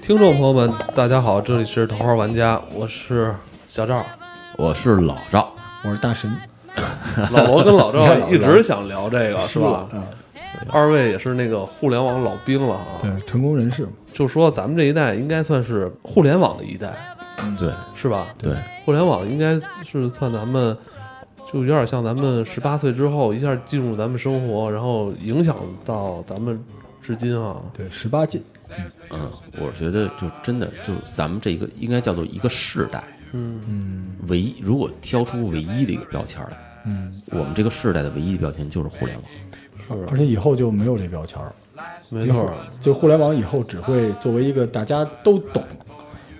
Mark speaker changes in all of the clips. Speaker 1: 听众朋友们，大家好，这里是头号玩家，我是小 赵。
Speaker 2: 我是老赵，
Speaker 3: 我是大神，
Speaker 1: 老罗跟老
Speaker 3: 你看老
Speaker 1: 赵
Speaker 3: 赵
Speaker 1: 一直想聊这个，是
Speaker 3: 是
Speaker 1: 吧
Speaker 3: 吧？？啊，
Speaker 1: 二位也是那个互联网老兵了啊。
Speaker 3: 对，成功人士嘛，
Speaker 1: 就说咱们这一代应该算是互联网的一代，
Speaker 2: 对
Speaker 1: 是吧？
Speaker 2: 对，
Speaker 1: 互联网应该是算咱们，就有点像咱们十八岁之后一下进入咱们生活，然后影响到咱们至今啊。
Speaker 3: 对，十八禁，
Speaker 2: 嗯，我觉得就真的就咱们这一个应该叫做一个世代，
Speaker 1: 嗯，
Speaker 2: 唯一如果挑出唯一的一个标签来，
Speaker 3: 嗯，
Speaker 2: 我们这个世代的唯一的标签就是互联网。
Speaker 3: 而且以后就没有这标签儿，
Speaker 1: 没错儿，
Speaker 3: 就互联网以后只会作为一个大家都懂、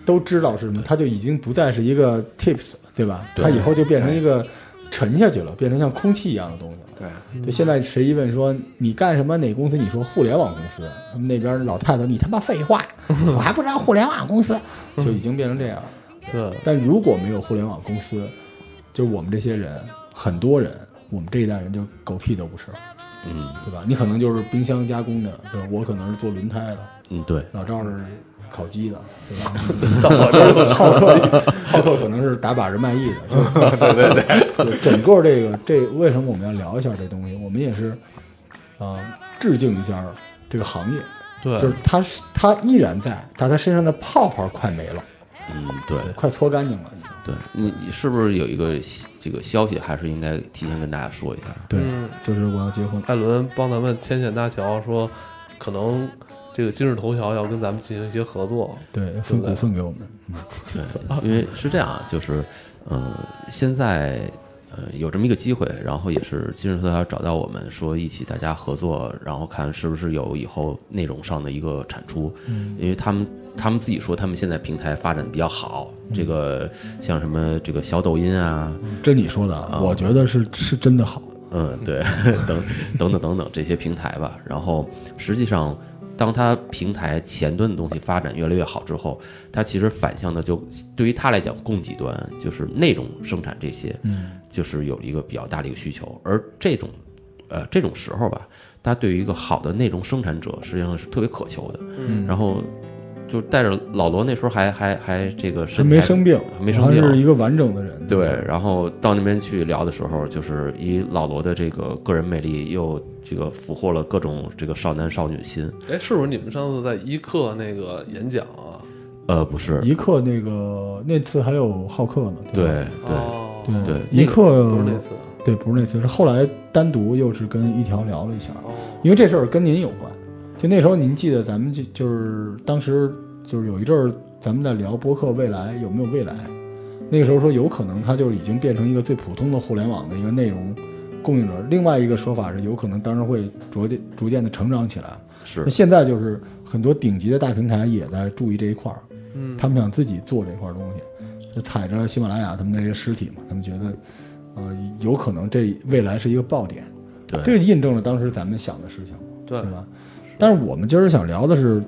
Speaker 3: 都知道是什么，它就已经不再是一个 tips，对吧？
Speaker 2: 对
Speaker 3: 它以后就变成一个沉下去了，变成像空气一样的东西了。
Speaker 2: 对，
Speaker 3: 就现在谁一问说你干什么哪公司，你说互联网公司，他们那边老太太你他妈废话，我还不知道互联 网公司，就已经变成这样了。
Speaker 1: 对，
Speaker 3: 但如果没有互联网公司，就我们这些人，很多人，我们这一代人就狗屁都不是，
Speaker 2: 嗯
Speaker 3: 对吧？你可能就是冰箱加工的，对吧？我可能是做轮胎的，
Speaker 2: 嗯，对，
Speaker 3: 老赵是烤鸡的， 对吧？浩克， 浩克可能是打把式卖艺的，就是 对对对，整个这个这为什么我们要聊一下这东西？我们也是啊、呃致敬一下这个行业，
Speaker 1: 对，
Speaker 3: 就是它是它依然在，但它身上的泡泡快没了，
Speaker 2: 嗯对
Speaker 3: 快搓干净了。
Speaker 2: 对，你你是不是有一个这个消息，还是应该提前跟大家说一下？
Speaker 3: 对，
Speaker 1: 嗯
Speaker 3: 就是我要结婚了。
Speaker 1: 艾伦帮咱们牵线搭桥，说可能这个今日头条要跟咱们进行一些合作。
Speaker 3: 对，分
Speaker 1: 对
Speaker 3: 股份给我们。
Speaker 2: 对，因为是这样啊，就是，呃，现在呃有这么一个机会，然后也是今日头条找到我们说一起大家合作，然后看是不是有以后内容上的一个产出，嗯、因为他们他们自己说他们现在平台发展比较好，这个像什么这个小抖音啊，
Speaker 3: 这你说的啊，我觉得是是真的好。
Speaker 2: 嗯，对， 等等等等等这些平台吧。然后实际上，当它平台前端的东西发展越来越好之后，它其实反向的就对于它来讲，供给端就是内容生产这些，嗯，就是有一个比较大的一个需求。而这种，呃，这种时候吧，它对于一个好的内容生产者实际上是特别渴求的。嗯，然后就带着老罗那时候还还还这个
Speaker 3: 他
Speaker 2: 身
Speaker 3: 没
Speaker 2: 材
Speaker 3: 生病，
Speaker 2: 没生病
Speaker 3: 他是一个完整的人。
Speaker 2: 对，然后到那边去聊的时候，就是以老罗的这个个人魅力，又这个俘获了各种这个少男少女心。
Speaker 1: 哎，是不是你们上次在一课那个演讲啊？
Speaker 2: 呃，不是，
Speaker 3: 一克那个那次还有浩克呢。吧
Speaker 2: 对对
Speaker 1: 哦，
Speaker 2: 对嗯那个
Speaker 3: 一克
Speaker 1: 不是那次。啊
Speaker 3: 对不是那次，是后来单独又是跟一条聊了一下，
Speaker 1: 哦，
Speaker 3: 因为这事儿跟您有关。就那时候您记得咱们就就是当时就是有一阵儿咱们在聊播客未来有没有未来，那个时候说有可能它就已经变成一个最普通的互联网的一个内容供应者。另外一个说法是有可能当时会逐渐逐渐的成长起来。
Speaker 2: 是
Speaker 3: 那，现在就是很多顶级的大平台也在注意这一块儿，
Speaker 1: 嗯，
Speaker 3: 他们想自己做这块儿东西，就踩着喜马拉雅他们那些尸体嘛，他们觉得，呃，有可能这未来是一个爆点，这
Speaker 2: 对
Speaker 3: 个印证了当时咱们想的事情，
Speaker 1: 对
Speaker 2: 嗯
Speaker 3: 对吧？但是我们今儿想聊的是，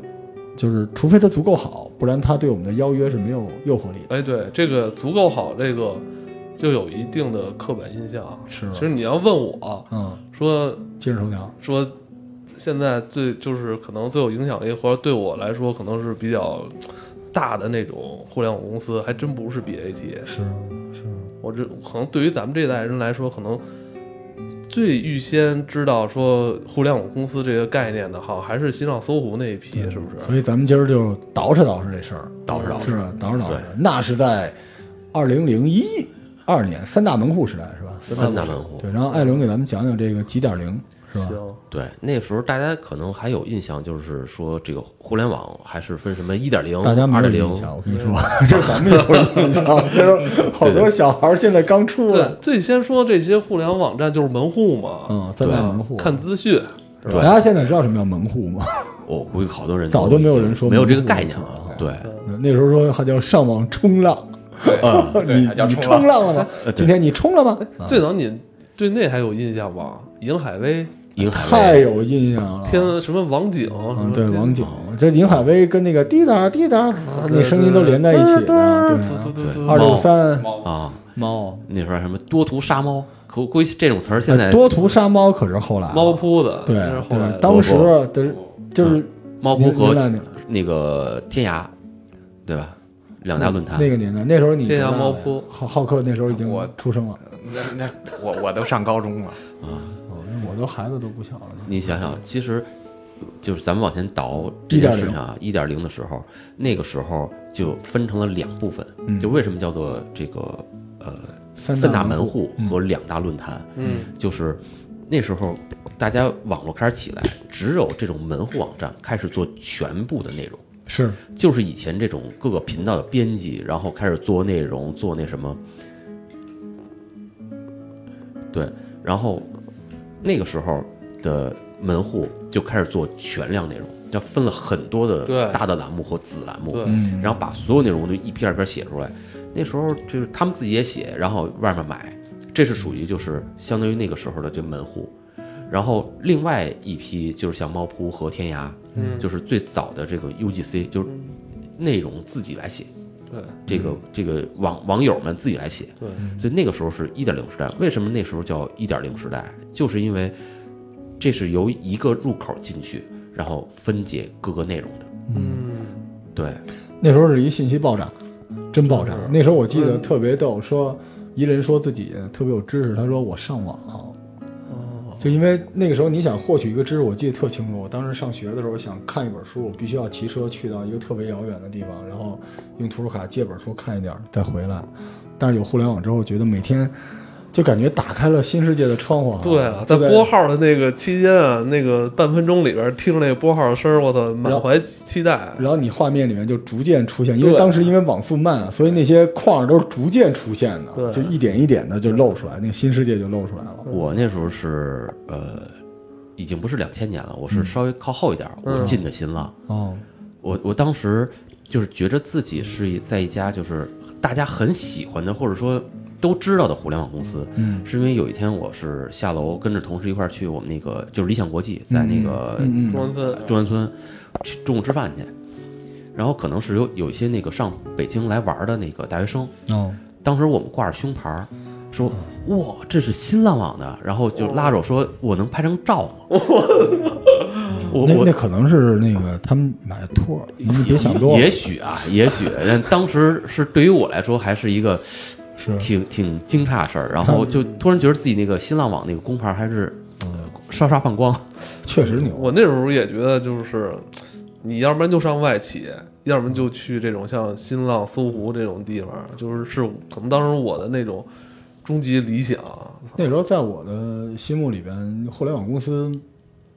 Speaker 3: 就是除非它足够好，不然它对我们的邀约是没有诱惑力的。
Speaker 1: 哎，对，这个足够好，这个就有一定的刻板印象。啊
Speaker 2: 啊
Speaker 3: 是
Speaker 1: 其实你要问我啊
Speaker 3: 嗯，
Speaker 1: 说
Speaker 3: 今日头条，
Speaker 1: 说，现在最就是可能最有影响力，或者对我来说可能是比较大的那种互联网公司，还真不是 BAT。
Speaker 3: 是是，
Speaker 1: 我这可能对于咱们这代人来说，可能最预先知道说互联网公司这个概念的哈，还是新浪、搜狐那一批，是不是？
Speaker 3: 所以咱们今儿就捯饬捯饬这事儿，
Speaker 2: 捯饬捯饬
Speaker 3: 是吧？捯饬捯饬
Speaker 2: 对，
Speaker 3: 那是在二零零一二年三大门户时代是吧？
Speaker 2: 三大门户。
Speaker 3: 对，然后艾伦给咱们讲讲这个几点零是吧？
Speaker 1: 行，
Speaker 2: 对，那时候大家可能还有印象，就是说这个互联网还是分什么一点零、
Speaker 3: 大家没
Speaker 2: 哦二
Speaker 3: 有
Speaker 2: 点
Speaker 3: 印
Speaker 2: 零，嗯
Speaker 3: 象，我跟你说， 这咱们有印象。那时候好多小孩儿现在刚出来
Speaker 1: 对，，最先说这些互联网网站就是门户嘛，
Speaker 3: 嗯，三大门户。啊
Speaker 1: 看资讯，是
Speaker 3: 大
Speaker 1: 吧？
Speaker 3: 家现在知道什么叫门户吗？
Speaker 2: 我估计好多人
Speaker 3: 早都没有
Speaker 2: 已
Speaker 3: 人
Speaker 2: 经
Speaker 3: 说
Speaker 2: 没有这个
Speaker 3: 门户
Speaker 2: 概
Speaker 3: 这
Speaker 2: 念
Speaker 3: 个词
Speaker 2: 了
Speaker 3: 了。
Speaker 2: 对，
Speaker 3: 那时候说还叫上网冲浪，
Speaker 2: 嗯，
Speaker 4: 对
Speaker 3: 你
Speaker 4: 还叫
Speaker 3: 你
Speaker 4: 冲浪
Speaker 3: 冲浪了吗？今天你冲了吗？
Speaker 1: 最早你对那还有印象吗？银海威、
Speaker 2: 银海
Speaker 3: 太
Speaker 2: 威
Speaker 3: 有印象了。
Speaker 1: 天什么网景，什
Speaker 3: 啊嗯，
Speaker 1: 么
Speaker 3: 对，
Speaker 1: 这
Speaker 3: 王景，这林海威跟那个滴答滴答，那声音都连在一起了。
Speaker 1: 嘟嘟
Speaker 3: 啊对，
Speaker 1: 嘟嘟
Speaker 3: 二六三
Speaker 4: 猫
Speaker 2: 啊，
Speaker 3: 猫，
Speaker 2: 那时候还什么多图杀猫，可估计这种词儿现在
Speaker 3: 多图杀猫可是后来了
Speaker 1: 猫扑的，
Speaker 3: 对
Speaker 1: 那是后来
Speaker 3: 对，
Speaker 1: 的
Speaker 3: 当时
Speaker 2: 不
Speaker 4: 嗯
Speaker 3: 的就是
Speaker 2: 猫扑
Speaker 3: 您您
Speaker 2: 和
Speaker 3: 那年
Speaker 2: 那个天涯，对吧？两大论坛。
Speaker 3: 那个年代，那时候你
Speaker 1: 天涯
Speaker 3: 多大
Speaker 1: 猫
Speaker 3: 了呀
Speaker 1: 扑
Speaker 3: 浩浩克那时候已经
Speaker 4: 我
Speaker 3: 出生了，
Speaker 4: 那那 我我都上高中了，
Speaker 3: 哦那我都孩子都不小了呢。
Speaker 2: 你想想，其实就是咱们往前倒这件事情啊，一点零的时候，那个时候就分成了两部分，
Speaker 3: 嗯
Speaker 2: 就为什么叫做这个呃
Speaker 3: 三
Speaker 2: 三大
Speaker 3: 门
Speaker 2: 门户和两大论坛，
Speaker 1: 嗯，
Speaker 2: 就是那时候大家网络开始起来，只有这种门户网站开始做全部的内容。
Speaker 3: 是
Speaker 2: 就是以前这种各个频道的编辑，然后开始做内容，做那什么，对，然后那个时候的门户就开始做全量内容，要分了很多的
Speaker 1: 对
Speaker 2: 大的栏目和子栏目
Speaker 1: 对，
Speaker 3: 嗯
Speaker 2: 然后把所有内容就一篇一篇写出来。那时候就是他们自己也写，然后外面买，这是属于就是相当于那个时候的这门户。然后另外一批就是像猫扑和天涯，
Speaker 1: 嗯
Speaker 2: 就是最早的这个 UGC，就是内容自己来写，
Speaker 1: 对
Speaker 2: 这个这个网网友们自己来写。
Speaker 1: 对，
Speaker 2: 所以那个时候是一点零时代。为什么那时候叫一点零时代？就是因为这是由一个入口进去，然后分解各个内容的。
Speaker 1: 嗯，
Speaker 2: 对，
Speaker 3: 那时候是一信息爆炸，真爆炸
Speaker 1: 是。嗯
Speaker 3: 那时候我记得特别逗，说一人说自己特别有知识，他说我上网
Speaker 1: 哦
Speaker 3: 了。就因为那个时候，你想获取一个知识，我记得特清楚。我当时上学的时候，想看一本书，我必须要骑车去到一个特别遥远的地方，然后用图书卡借本书看一点儿，再回来。但是有互联网之后，觉得每天就感觉打开了新世界的窗户啊。
Speaker 1: 对啊，在
Speaker 3: 就
Speaker 1: 拨号的那个期间啊，那个半分钟里边听着那个拨号的声儿，我
Speaker 3: 嗯
Speaker 1: 操，满怀期待。
Speaker 3: 然后你画面里面就逐渐出现，因为
Speaker 1: 对
Speaker 3: 当时因为网速慢啊，所以那些框都是逐渐出现的，
Speaker 1: 对
Speaker 3: 就一点一点的就露出来，那个新世界就露出来了。
Speaker 2: 我那时候是呃，已经不是两千年了，我是稍微靠后一点儿，我进的新浪。
Speaker 3: 哦，
Speaker 2: 我我当时就是觉着自己是一在一家就是大家很喜欢的，或者说都知道的互联网公司。
Speaker 3: 嗯，
Speaker 2: 是因为有一天我是下楼跟着同事一块儿去我们那个就是理想国际，在那个
Speaker 3: 嗯
Speaker 1: 中关村，
Speaker 2: 中关村吃中午吃饭去，然后可能是有有一些那个上北京来玩的那个大学生，
Speaker 3: 哦，
Speaker 2: 当时我们挂着胸牌儿，说
Speaker 3: 嗯
Speaker 2: 哇这是新浪网的，然后就拉着我说我能拍张 照吗？我
Speaker 3: 那
Speaker 2: 我
Speaker 3: 那可能是那个他们买的托儿，你别想多了
Speaker 2: 也，许啊，也许，但当时是对于我来说还是一个
Speaker 3: 是
Speaker 2: 挺挺惊诧的事儿，然后就突然觉得自己那个新浪网那个工牌还是
Speaker 3: 嗯
Speaker 2: 呃刷刷放光，
Speaker 3: 确实牛。
Speaker 1: 我那时候也觉得就是，你要不然就上外企，要不然就去这种像新浪、搜狐这种地方，就是是可能当时我的那种终极理想。
Speaker 3: 那时候在我的心目里边，互联网公司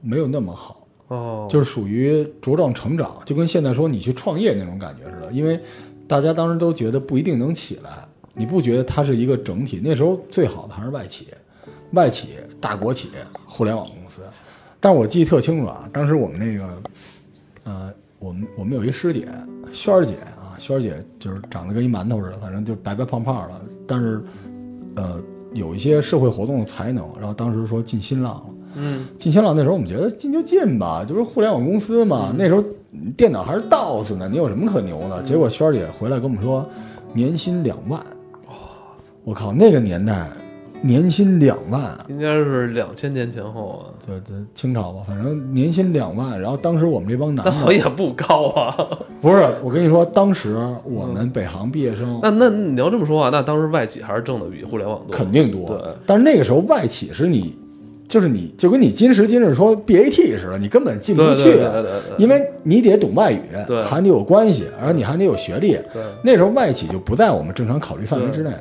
Speaker 3: 没有那么好，
Speaker 1: 哦，
Speaker 3: 就是属于茁壮成长，就跟现在说你去创业那种感觉似的，因为大家当时都觉得不一定能起来，你不觉得它是一个整体？那时候最好的还是外企，外企、大国企、互联网公司。但我记得特清楚啊，当时我们那个，呃，我们我们有一师姐，萱儿姐啊，萱儿姐就是长得跟一馒头似的，反正就白白胖胖的，但是，呃，有一些社会活动的才能。然后当时说进新浪了。
Speaker 1: 嗯，
Speaker 3: 进新浪那时候我们觉得进就进吧，就是互联网公司嘛。
Speaker 1: 嗯
Speaker 3: 那时候电脑还是 DOS 呢，你有什么可牛的？结果萱儿姐回来跟我们说，年薪两万。我靠，那个年代年薪两万，
Speaker 1: 应该是两千年前后啊，
Speaker 3: 就这清朝吧，反正年薪两万。然后当时我们这帮男
Speaker 1: 但我
Speaker 3: 的，
Speaker 1: 也不高啊。
Speaker 3: 不是我跟你说，当时我们北航毕业生
Speaker 1: 那那你要这么说话，那当时外企还是挣的比互联网多，
Speaker 3: 肯定多
Speaker 1: 对，
Speaker 3: 但是那个时候外企是你，就是你就跟你今时今日说 BAT 似的，你根本进不
Speaker 1: 对
Speaker 3: 去。啊
Speaker 1: 对对对对
Speaker 3: 因为你得懂外语，
Speaker 1: 对
Speaker 3: 还得有关系，而你还得有学历。
Speaker 1: 对
Speaker 3: 那时候外企就不在我们正常考虑范围之内。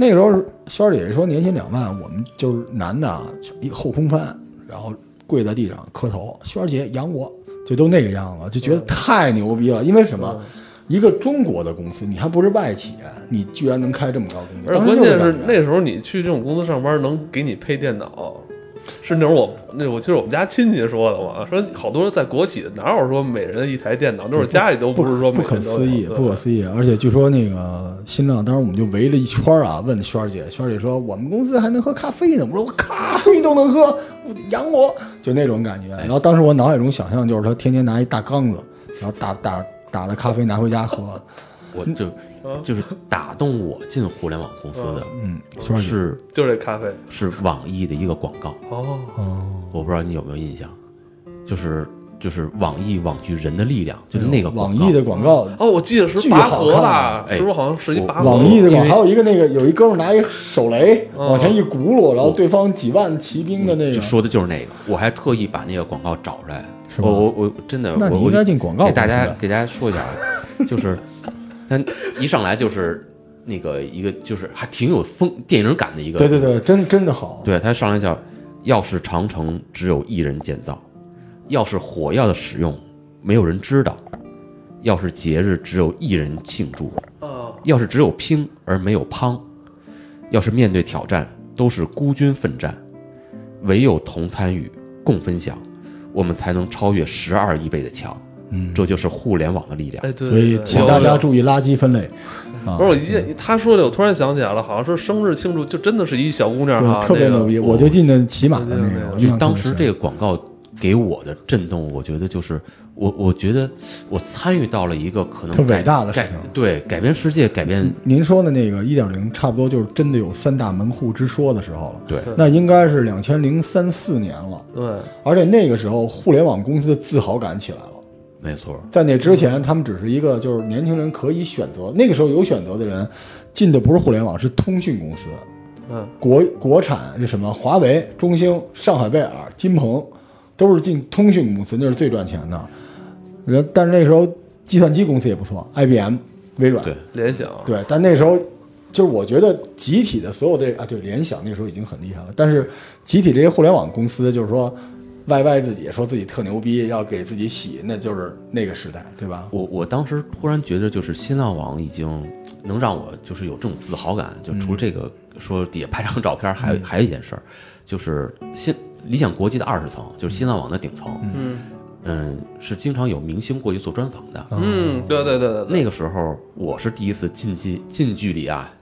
Speaker 3: 那个时候，轩儿姐说年薪两万，我们就是男的啊，一后空翻，然后跪在地上磕头，轩儿姐养我，就都那个样子，就觉得太牛逼了。因为什么？一个中国的公司，你还不是外企，你居然能开这么高工资，
Speaker 1: 而且
Speaker 3: 当时
Speaker 1: 关
Speaker 3: 就
Speaker 1: 键
Speaker 3: 感
Speaker 1: 是
Speaker 3: 觉
Speaker 1: 那时候你去这种公司上班，能给你配电脑，是那时候我那我记得我们家亲戚说的嘛，说好多人在国企哪有说每人一台电脑，那会儿家里都
Speaker 3: 不
Speaker 1: 是说每
Speaker 3: 不
Speaker 1: 人都
Speaker 3: 可
Speaker 1: 有
Speaker 3: 思议，
Speaker 1: 对
Speaker 3: 不可思议。而且据说那个新浪，当时我们就围了一圈儿啊，问轩儿姐，轩儿姐说我们公司还能喝咖啡呢。我说我咖啡都能喝，我得养我，就那种感觉。然后当时我脑海中想象就是他天天拿一大缸子，然后打打打了咖啡拿回家喝。
Speaker 2: 我就就是打动我进互联网公司的，
Speaker 3: 嗯，轩儿姐，
Speaker 2: 是
Speaker 1: 就这咖啡
Speaker 2: 是网易的一个广告，
Speaker 1: 哦，
Speaker 3: 哦，
Speaker 2: 我不知道你有没有印象，就是就是网易网剧人的力量，就是
Speaker 3: 哎呦
Speaker 2: 那个
Speaker 3: 网
Speaker 2: 广告
Speaker 3: 易的广告，
Speaker 1: 哦，我记得是
Speaker 3: 巨
Speaker 1: 拔
Speaker 3: 好
Speaker 1: 河
Speaker 3: 看啊
Speaker 1: 吧？
Speaker 2: 哎
Speaker 1: 是不是好像是一
Speaker 2: 我
Speaker 1: 拔河？
Speaker 3: 网易的
Speaker 2: 因
Speaker 3: 广
Speaker 2: 为
Speaker 3: 告，还有一个那个有一哥们儿拿一手雷
Speaker 1: 嗯
Speaker 3: 往前一轱辘，然后对方几万骑兵的那
Speaker 2: 嗯就
Speaker 3: 个，
Speaker 2: 说的就是那个，我还特意把那个广告找出来。
Speaker 3: 是吧
Speaker 2: 我我我真的，
Speaker 3: 那
Speaker 2: 我
Speaker 3: 你应该进广告
Speaker 2: 给大
Speaker 3: 公司
Speaker 2: 家
Speaker 3: 的
Speaker 2: 给大家说一下，啊，就是 他一上来就是那个一个就是还挺有风电影感的一个，
Speaker 3: 对对对，真真的好，
Speaker 2: 对他上来叫，要是长城只有一人建造，要是火药的使用没有人知道，要是节日只有一人庆祝，
Speaker 1: 啊，
Speaker 2: 要是只有拼而没有乓，要是面对挑战都是孤军奋战，唯有同参与、共分享，我们才能超越十二亿倍的强。
Speaker 3: 嗯，
Speaker 2: 这就是互联网的力量。
Speaker 1: 哎，对，
Speaker 3: 所
Speaker 1: 对
Speaker 3: 以
Speaker 1: 对
Speaker 3: 请
Speaker 1: 有
Speaker 3: 大
Speaker 1: 有
Speaker 3: 家注意垃圾分类啊
Speaker 1: 不是，我一见他说这，我突然想起来了，好像说生日庆祝，就真的是一小姑娘哈，
Speaker 3: 对， 特别
Speaker 1: 这个哦
Speaker 3: 牛逼，我就进的骑马的那
Speaker 1: 对对
Speaker 3: 个，我
Speaker 2: 就
Speaker 3: 印象
Speaker 2: 当
Speaker 3: 特别
Speaker 2: 时
Speaker 3: 深
Speaker 2: 这个广告给我的震动，我觉得就是我，我觉得我参与到了一个可能
Speaker 3: 特
Speaker 2: 改
Speaker 3: 伟大的事
Speaker 2: 改
Speaker 3: 情嗯
Speaker 2: 对，改变世界，改变
Speaker 3: 您说的那个一点零，差不多就是真的有三大门户之说的时候了。
Speaker 2: 对，
Speaker 3: 那应该是两千零三四年了，
Speaker 1: 对，
Speaker 3: 而且那个时候互联网公司的自豪感起来了。
Speaker 2: 没错，
Speaker 3: 在那之前，他们只是一个就是年轻人可以选择，那个时候有选择的人进的不是互联网，是通讯公司，
Speaker 1: 嗯，
Speaker 3: 国国产这什么华为、中兴、上海贝尔、金鹏，都是进通讯公司，那是最赚钱的。然后但是那时候计算机公司也不错，IBM、微软，
Speaker 2: 对
Speaker 1: 联想，
Speaker 3: 对，但那时候就是我觉得集体的所有这啊，对，联想那时候已经很厉害了，但是集体这些互联网公司就是说。歪歪自己说自己特牛逼，要给自己洗，那就是那个时代，对吧？
Speaker 2: 我我当时突然觉得，就是新浪网已经能让我就是有这种自豪感。就
Speaker 3: 嗯
Speaker 2: 除了这个说底下拍张照片，还有还有一件事儿，就是新理想国际的二十层，就是新浪网的顶层，
Speaker 1: 嗯
Speaker 2: 嗯，是经常有明星过去做专访的。
Speaker 1: 嗯，对对对对对，
Speaker 2: 那个时候我是第一次近距近距离啊，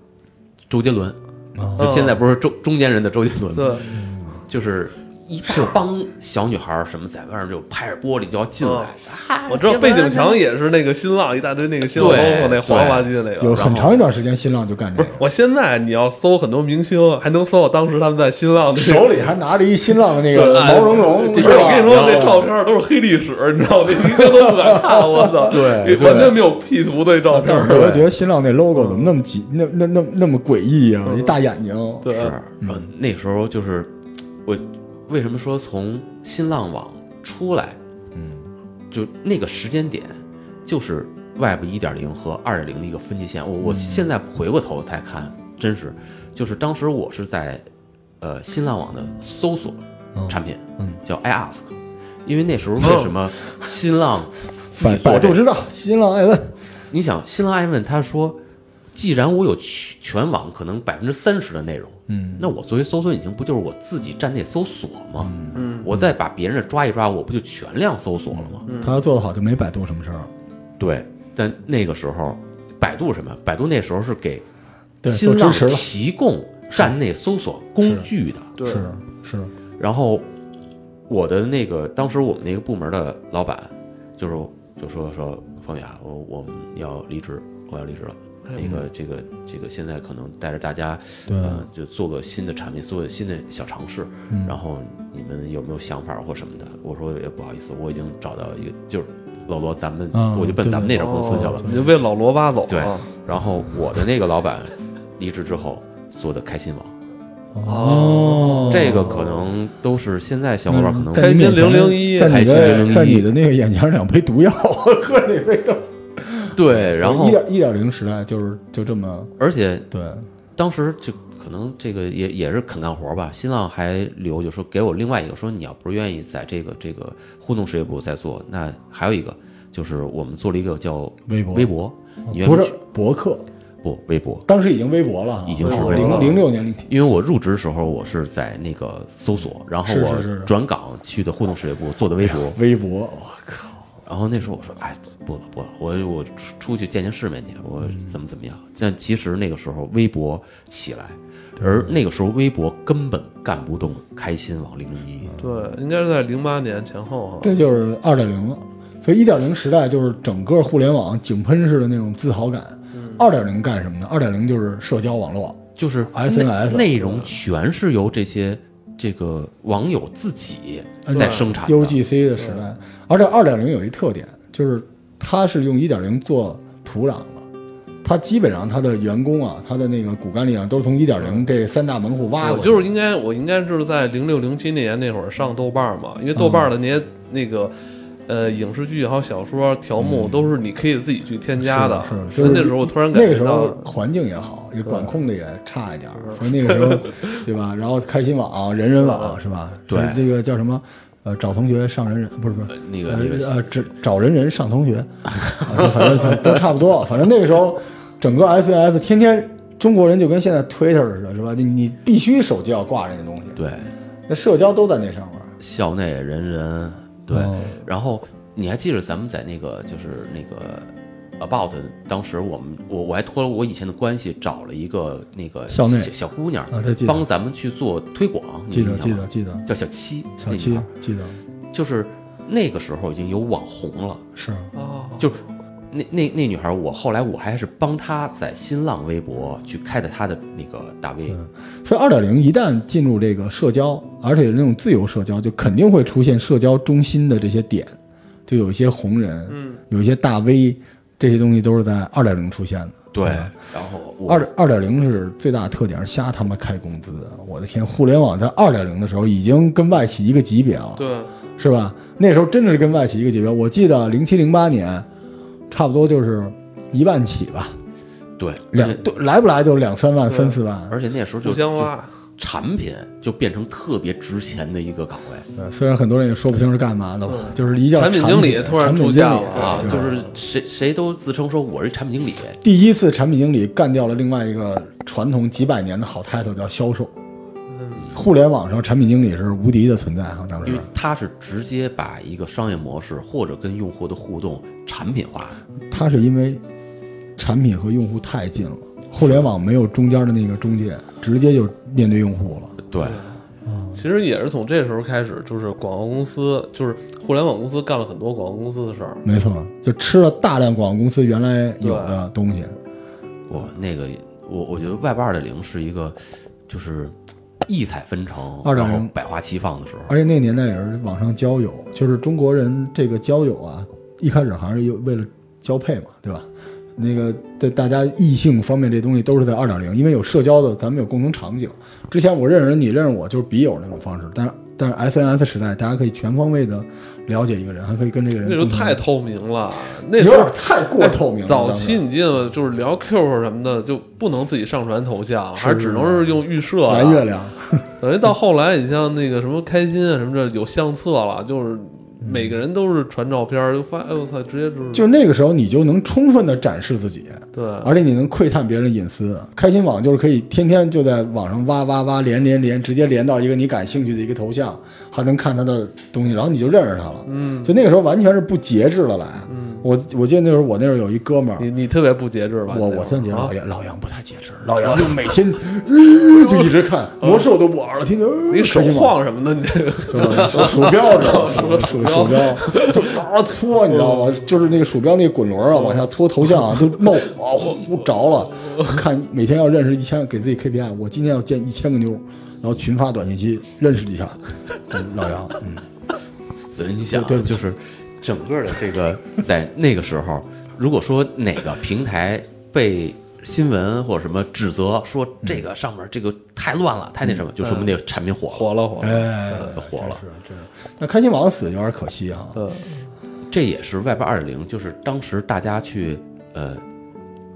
Speaker 2: 周杰伦，
Speaker 3: 哦
Speaker 2: 就现在不是中中间人的周杰伦吗，
Speaker 1: 对，
Speaker 2: 就是一大帮小女孩儿什么在外面就拍着玻璃就要进来，啊
Speaker 1: 我知道背景墙也是那个新浪一大堆那个新浪 logo 那黄了吧唧的那
Speaker 3: 有
Speaker 1: 个。
Speaker 3: 很长一段时间，新浪就干这
Speaker 1: 不
Speaker 3: 个
Speaker 1: 是，，我现在你要搜很多明星，还能搜到当时他们在新浪的
Speaker 3: 手里还拿着一新浪的那
Speaker 2: 对
Speaker 3: 个
Speaker 2: 哎
Speaker 3: 毛茸茸，
Speaker 2: 这
Speaker 3: 是
Speaker 1: 不是，我跟你说，那
Speaker 2: 然后
Speaker 1: 照片都是黑历史，你知道吗？那明星都不敢看，我操！
Speaker 2: 对
Speaker 1: 完全没有 P 图的照片
Speaker 3: 但。是我就觉得新浪那 logo 怎么那么奇，那那那那么诡异啊！一大眼睛，
Speaker 1: 对，
Speaker 2: 是，
Speaker 3: 嗯
Speaker 2: 呃，那时候就是我为什么说从新浪网出来，嗯，就那个时间点，就是 Web 一点零和二点零的一个分界线。我
Speaker 3: 嗯
Speaker 2: 我现在回过头才看，真是就是当时我是在呃新浪网的搜索产品，
Speaker 3: 嗯哦
Speaker 2: 叫 iAsk，因为那时候为什么新浪自己
Speaker 3: 百
Speaker 2: 做
Speaker 3: 百
Speaker 2: 这
Speaker 3: 度
Speaker 2: 个
Speaker 3: 知道，新浪爱哎问，
Speaker 2: 你想，新浪爱问他说，既然我有全全网可能百分之三十的内容，
Speaker 3: 嗯，
Speaker 2: 那我作为搜索引擎不就是我自己站内搜索吗？
Speaker 1: 嗯，
Speaker 2: 我再把别人的抓一抓，我不就全量搜索了吗？
Speaker 3: 他要做得好就没百度什么事儿，
Speaker 2: 对，但那个时候，百度什么？百度那时候是给
Speaker 3: 对，做
Speaker 2: 新
Speaker 3: 支
Speaker 2: 浪
Speaker 3: 持了，
Speaker 2: 提供站内搜索工具的。
Speaker 1: 对，
Speaker 3: 是是，
Speaker 2: 然后我的那个当时我们那个部门的老板就是就说说方宇啊，我我们要离职，我要离职了。那个这个这个现在可能带着大家，
Speaker 3: 对
Speaker 2: 呃，就做个新的产品，做个新的小尝试。
Speaker 3: 嗯
Speaker 2: 然后你们有没有想法或什么的？我说也不好意思，我已经找到一个，就是老罗，咱们、
Speaker 3: 嗯
Speaker 2: 我就奔咱们那
Speaker 3: 对
Speaker 2: 家公司去了
Speaker 1: 哦。你就被老罗挖走
Speaker 2: 对
Speaker 1: 了。
Speaker 2: 然后我的那个老板离职之后做的开心网，
Speaker 1: 哦
Speaker 2: 这个可能都是现在小伙
Speaker 3: 嗯
Speaker 2: 伴可能
Speaker 3: 在你面前
Speaker 1: 开心001
Speaker 3: 在
Speaker 2: 开心001
Speaker 3: 你的在你的那个眼前两杯毒药，我喝那杯都，
Speaker 2: 对， 然后
Speaker 3: 一点一点零时代就是就这么
Speaker 2: 而且
Speaker 3: 对，
Speaker 2: 当时就可能这个也也是肯干活吧，新浪还留就说给我另外一个说你要不是愿意在这个这个互动事业部再做，那还有一个就是我们做了一个叫
Speaker 3: 微博
Speaker 2: 微博，你愿
Speaker 3: 不
Speaker 2: 意
Speaker 3: 是博客，
Speaker 2: 不微博，
Speaker 3: 当时已经微博了啊，
Speaker 2: 已经是微博
Speaker 3: 零
Speaker 2: 了
Speaker 3: 零六年零
Speaker 2: 因为我入职的时候我是在那个搜索，然后
Speaker 3: 是是
Speaker 2: 我
Speaker 3: 是是
Speaker 2: 转岗去的互动事业部做的微博，
Speaker 3: 微博，我靠，
Speaker 2: 然后那时候我说，哎，不了不了，我我出出去见见世面去，我怎么怎么样？但其实那个时候微博起来，而那个时候微博根本干不动开心网零零一。
Speaker 1: 对，应该是在零八年前后哈。
Speaker 3: 这就是二点零了。所以一点零时代就是整个互联网井喷式的那种自豪感。二点零干什么呢？二点零就是社交网络，
Speaker 2: 就是
Speaker 3: SNS
Speaker 2: 内内容全是由这些这个网友自己
Speaker 3: 而且
Speaker 2: 在生产的
Speaker 3: UGC 的时代。而且二点零有一特点，就是它是用一点零做土壤了，它基本上它的员工啊，它的那个骨干力量都是从一点零这三大门户挖
Speaker 1: 我
Speaker 3: 过去的。
Speaker 1: 就是应该，我应该是在零六零七年那会儿上豆瓣儿嘛，因为豆瓣
Speaker 3: 嗯
Speaker 1: 儿的那些那个呃影视剧也好、小说条目都是你可以自己去添加的。
Speaker 3: 嗯是是
Speaker 1: 所以那时候我突然感
Speaker 3: 那个
Speaker 1: 觉
Speaker 3: 时
Speaker 1: 到
Speaker 3: 候，环境也好，也管控的也差一点儿，所以那个时 候，对吧？然后开心网、人人网是吧？
Speaker 2: 对
Speaker 3: 是这个叫什么？呃，找同学上人人，不是不是
Speaker 2: 那个那个
Speaker 3: 呃呃，找找人人上同学，啊就反正都差不多。反正那个时候，整个 SNS 天天中国人就跟现在 Twitter 似的，是吧？你你必须手机要挂着那东西，
Speaker 2: 对嗯
Speaker 3: 那社交都在那上面。
Speaker 2: 校内人人对，
Speaker 3: 哦
Speaker 2: 然后你还记得咱们在那个就是那个 about 当时我们我我还托了我以前的关系找了一个那个
Speaker 3: 校内
Speaker 2: 小小姑娘
Speaker 3: 啊这记得
Speaker 2: 帮咱们去做推广，你
Speaker 3: 记得
Speaker 2: 印象
Speaker 3: 记
Speaker 2: 吗
Speaker 3: 得记得，
Speaker 2: 叫小七
Speaker 3: 小
Speaker 2: 那
Speaker 3: 七
Speaker 2: 女孩
Speaker 3: 记得
Speaker 2: 就是那个时候已经有网红了，
Speaker 3: 是
Speaker 1: 哦，
Speaker 2: 就是那那那女孩，我后来我还是帮她在新浪微博去开的她的那个大 V，
Speaker 3: 嗯所以二点零一旦进入这个社交，而且那种自由社交，就肯定会出现社交中心的这些点，就有一些红人，嗯，有一些大 V，这些东西都是在二点零出现的。啊
Speaker 2: 对，然后我
Speaker 3: 二二点零是最大的特点，是瞎他妈开工资。啊我的天，互联网在二点零的时候已经跟外企一个级别了，
Speaker 1: 对，
Speaker 3: 是吧？那时候真的是跟外企一个级别。我记得零七零八年，差不多就是一万起吧，
Speaker 2: 对
Speaker 3: 两
Speaker 2: 而且
Speaker 3: 对啊来不来就是两三万、三四万，
Speaker 2: 而且那时候就
Speaker 1: 互相
Speaker 2: 就
Speaker 1: 挖，
Speaker 2: 产品就变成特别值钱的一个岗位。
Speaker 3: 对，呃虽然很多人也说不清是干嘛的吧，就是一叫
Speaker 1: 嗯产品经理突然
Speaker 3: 产品
Speaker 1: 出
Speaker 3: 经
Speaker 1: 现
Speaker 3: 理
Speaker 1: 了
Speaker 2: 啊，
Speaker 3: 对
Speaker 2: 就是谁谁都自称说我是产品经理，
Speaker 3: 第一次产品经理干掉了另外一个传统几百年的好 title 叫销售。
Speaker 1: 嗯
Speaker 3: 互联网上产品经理是无敌的存在哈，当
Speaker 2: 因
Speaker 3: 时
Speaker 2: 为他是直接把一个商业模式或者跟用户的互动产品化。
Speaker 3: 他是因为产品和用户太近了，互联网没有中间的那个中介，直接就面对用户了。
Speaker 2: 对，
Speaker 1: 其实也是从这时候开始，就是广告公司，就是互联网公司干了很多广告公司的事儿。
Speaker 3: 没错，就吃了大量广告公司原来有的东西。
Speaker 2: 我那个我我觉得 Web 二点零是一个就是异彩纷呈，
Speaker 3: 2.0
Speaker 2: 然后百花齐放的时候。
Speaker 3: 而且那个年代也是网上交友，就是中国人这个交友啊，一开始还是有为了交配嘛，对吧？那个在大家异性方面这东西都是在二点零，因为有社交的，咱们有共同场景。之前我认识人，你认识我，就是笔友那种方式。但是但是 SNS 时代，大家可以全方位的了解一个人，还可以跟这个人
Speaker 1: 那时候
Speaker 3: 共同
Speaker 1: 太透明了，那
Speaker 3: 有
Speaker 1: 时候
Speaker 3: 点太过透明了。
Speaker 1: 早
Speaker 3: 当时
Speaker 1: 期你记得吗就是聊 Q 什么的，就不能自己上传头像，还
Speaker 3: 是
Speaker 1: 只能是用预设啊
Speaker 3: 蓝月。亮，
Speaker 1: 等于到后来，你像那个什么开心啊什么的，有相册了，就是
Speaker 3: 嗯
Speaker 1: 每个人都是传照片儿，就发哎我操，直接就是
Speaker 3: 就那个时候你就能充分的展示自己。
Speaker 1: 对，
Speaker 3: 而且你能窥探别人的隐私。开心网就是可以天天就在网上挖挖挖连连连，直接连到一个你感兴趣的一个头像，还能看他的东西，然后你就认识他了。
Speaker 1: 嗯，
Speaker 3: 就那个时候完全是不节制的来。我我记得那时候我那时候有一哥们儿。
Speaker 1: 你你特别不节制吧？
Speaker 3: 我
Speaker 1: 你那
Speaker 3: 我
Speaker 1: 会儿
Speaker 3: 算节制，
Speaker 1: 嗯啊
Speaker 3: 老杨老杨不太节制，老杨就每天呃就一直看魔兽都不玩了，天天
Speaker 1: 啊你手
Speaker 3: 开心网
Speaker 1: 晃什么的，你 这个
Speaker 3: 对吧？鼠标 知道吗？鼠鼠标就嗷搓，你知道吗？就是那个鼠标那个滚轮啊，往下拖头像啊，就冒火呼着了。看每天要认识一千，给自己 KPI，我今天要见一千个妞，然后群发短信息认识一下。嗯老杨，嗯，
Speaker 2: 所以你想啊，
Speaker 3: 对对
Speaker 2: 就是整个的这个 在那个时候，如果说哪个平台被新闻或者什么指责说这个上面这个太乱了，太那什
Speaker 3: 嗯
Speaker 2: 么，就说明那个产品火了，呃
Speaker 1: 火了火了，
Speaker 3: 哎，
Speaker 2: 火了。
Speaker 3: 是是。那开心网死有点可惜啊哈。
Speaker 1: 嗯，
Speaker 2: 这也是 Web 二点零，就是当时大家去呃，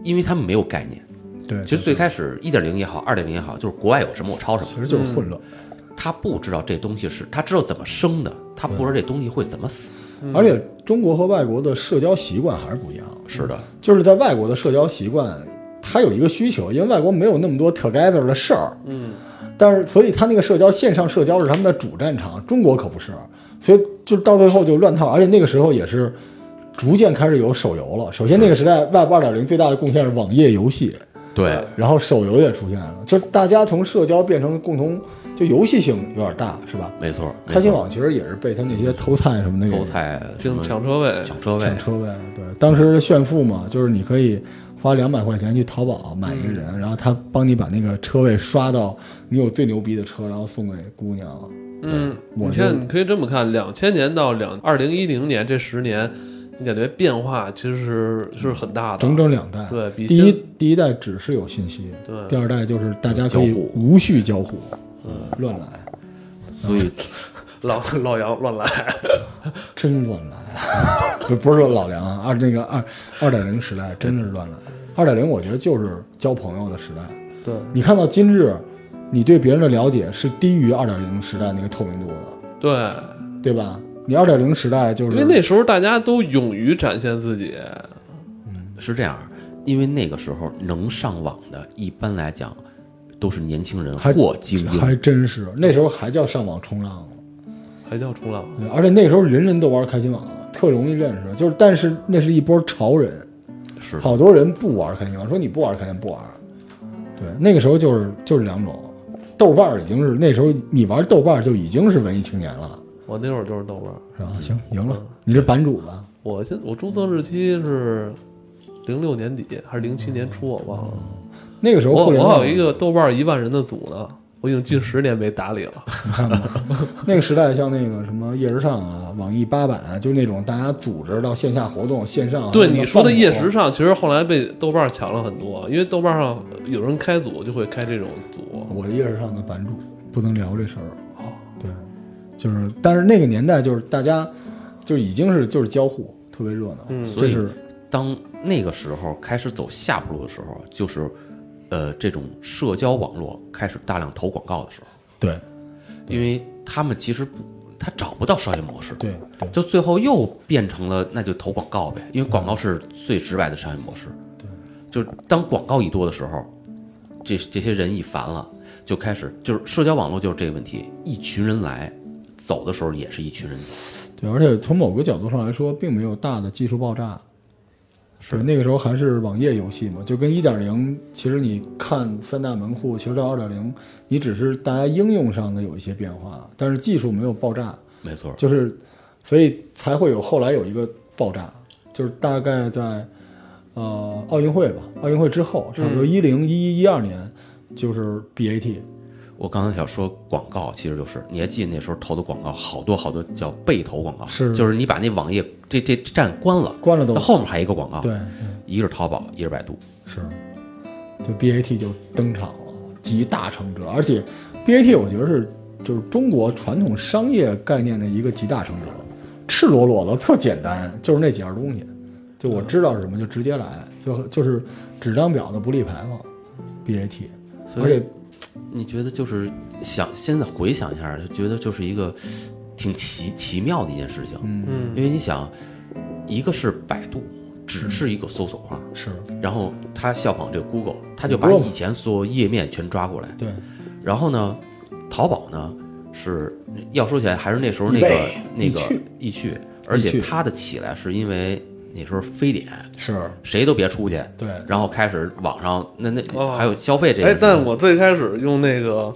Speaker 2: 因为他们没有概念。
Speaker 3: 对，
Speaker 2: 其实最开始一点零也好，二点零也好，就是国外有什么我抄什
Speaker 3: 其
Speaker 2: 么，
Speaker 3: 实就是混乱。
Speaker 2: 他不知道这东西是，他知道怎么生的，他不知道
Speaker 3: 嗯
Speaker 2: 这东西会怎么死。
Speaker 3: 而且中国和外国的社交习惯还是不一样。啊
Speaker 2: 是的，
Speaker 3: 就是在外国的社交习惯，它有一个需求，因为外国没有那么多 together 的事儿，嗯，但是所以他那个社交线上社交是他们的主战场，中国可不是，所以就到最后就乱套，而且那个时候也是逐渐开始有手游了。首先那个时代 Web 二点零最大的贡献是网页游戏，
Speaker 2: 对，
Speaker 3: 然后手游也出现了，就大家从社交变成共同，就游戏性有点大，是吧？
Speaker 2: 没错。
Speaker 3: 开心
Speaker 2: 没错
Speaker 3: 网其实也是被他那些偷菜什么的给
Speaker 2: 偷菜、什
Speaker 1: 听
Speaker 2: 么
Speaker 1: 抢车位，
Speaker 2: 呃抢车位
Speaker 3: 抢，车位，对，当时炫富嘛，就是你可以花两百块钱去淘宝买一个
Speaker 1: 嗯
Speaker 3: 人，然后他帮你把那个车位刷到你有最牛逼的车，然后送给姑娘。
Speaker 1: 嗯，
Speaker 3: 我
Speaker 1: 你
Speaker 3: 就
Speaker 1: 看，你可以这么看，两千年到两二零一零年这十年，你感觉变化其实是是很大的，
Speaker 3: 整整两代。
Speaker 1: 对比
Speaker 3: 第一
Speaker 1: 新
Speaker 3: 第一代只是有信息，第
Speaker 1: 对，
Speaker 3: 二代就是大家可
Speaker 2: 交
Speaker 3: 以
Speaker 2: 互
Speaker 3: 无序交互，
Speaker 1: 嗯
Speaker 3: 乱来，
Speaker 2: 所
Speaker 3: 嗯
Speaker 2: 以
Speaker 1: 老老杨乱 来，
Speaker 3: 真乱来，啊 不不是说老梁啊，二那个二二点零时代真的是乱来。二点零我觉得就是交朋友的时代。
Speaker 1: 对，
Speaker 3: 你看到今日，你对别人的了解是低于二点零时代那个透明度的，
Speaker 1: 对，
Speaker 3: 对吧？你二点零时代就是
Speaker 1: 因为那时候大家都勇于展现自己，
Speaker 2: 是这样，因为那个时候能上网的，一般来讲都是年轻人
Speaker 3: 还
Speaker 2: 或精英。
Speaker 3: 还嗯真是那时候还叫上网冲浪呢。
Speaker 1: 还叫冲浪，
Speaker 3: 对嗯而且那时候人人都玩开心网，特容易认识。就是，但是那是一波潮人，
Speaker 2: 是
Speaker 3: 好多人不玩开心网，说你不玩开心不玩。对，那个时候就是就是两种，豆瓣儿已经是那时候你玩豆瓣儿就已经是文艺青年了，
Speaker 1: 我那会儿就是豆瓣儿，
Speaker 3: 是吧？行，赢了，你是版主吧？
Speaker 1: 我现我注册日期是零六年底还是零七年初，我忘了。
Speaker 3: 那个时候
Speaker 1: 我
Speaker 3: 嗯互联
Speaker 1: 我
Speaker 3: 网
Speaker 1: 有一个豆瓣一万人的组呢，我已经近十年没打理了。
Speaker 3: 你看吧，那个时代像那个什么夜时尚啊、网易八板啊，就那种大家组织到线下活动、线上。
Speaker 1: 对
Speaker 3: 还有
Speaker 1: 你说的
Speaker 3: 啊放
Speaker 1: 夜
Speaker 3: 火
Speaker 1: 时尚，其实后来被豆瓣抢了很多，因为豆瓣上有人开组就会开这种组。
Speaker 3: 我夜市上的版主，不能聊这事儿。对，就是，但是那个年代就是大家就已经是就是交互，特别热闹。
Speaker 1: 嗯
Speaker 3: 这
Speaker 2: 所以
Speaker 3: 是
Speaker 2: 当那个时候开始走下坡路的时候，就是呃这种社交网络开始大量投广告的时候，
Speaker 3: 对
Speaker 2: 因为他们其实不他找不到商业模式，
Speaker 3: 对对
Speaker 2: 就最后又变成了那就投广告呗，因为广告是最直白的商业模式。对，就是当广告一多的时候，这这些人一烦了，就开始就是社交网络就是这个问题，一群人来，走的时候也是一群人走。
Speaker 3: 对，而且从某个角度上来说，并没有大的技术爆炸。对，那个时候还是网页游戏嘛，就跟一点零，其实你看三大门户，其实到二点零，你只是大家应用上的有一些变化，但是技术没有爆炸。
Speaker 2: 没错，
Speaker 3: 就是，所以才会有后来有一个爆炸，就是大概在呃奥运会吧，奥运会之后，差不
Speaker 2: 嗯
Speaker 3: 多一零一一一二年，就是 BAT，
Speaker 2: 我刚才想说广告，其实就是你还记得那时候投的广告，好多好多叫被投广告，
Speaker 3: 是
Speaker 2: 就是你把那网页这这这站关了，
Speaker 3: 关了都
Speaker 2: 那哦后面啊还有一个广告，
Speaker 3: 对，对
Speaker 2: 一个是淘宝，一个是百度，
Speaker 3: 是，就 BAT 就登场了，集大成者，而且 BAT 我觉得是就是中国传统商业概念的一个集大成者，赤裸裸的特简单，就是那几样东西，就
Speaker 2: 嗯
Speaker 3: 我知道是什么就直接来，就就是纸张表的不立牌坊，BAT，
Speaker 2: 所以
Speaker 3: 而且。
Speaker 2: 你觉得就是想现在回想一下，就觉得就是一个挺奇奇妙的一件事情，
Speaker 1: 嗯
Speaker 2: 因为你想，一个是百度只是一个搜索框，
Speaker 3: 是
Speaker 2: 然后它效仿这个 Google，它就
Speaker 3: 不
Speaker 2: 把
Speaker 3: 过
Speaker 2: 以前所有页面全抓过来，
Speaker 3: 对，
Speaker 2: 然后呢，淘宝呢是要说起来还是那时候那
Speaker 3: 易
Speaker 2: 个
Speaker 3: 贝
Speaker 2: 那
Speaker 3: 易
Speaker 2: 个
Speaker 3: 趣
Speaker 2: 易趣，而
Speaker 3: 易
Speaker 2: 且
Speaker 3: 趣
Speaker 2: 它的起来是因为那时候非典，
Speaker 3: 是，
Speaker 2: 谁都别出去，
Speaker 3: 对，
Speaker 2: 然后开始网上那
Speaker 1: 哦
Speaker 2: 那还有消费这个
Speaker 1: 哎
Speaker 2: 事，情，
Speaker 1: 但我最开始用那个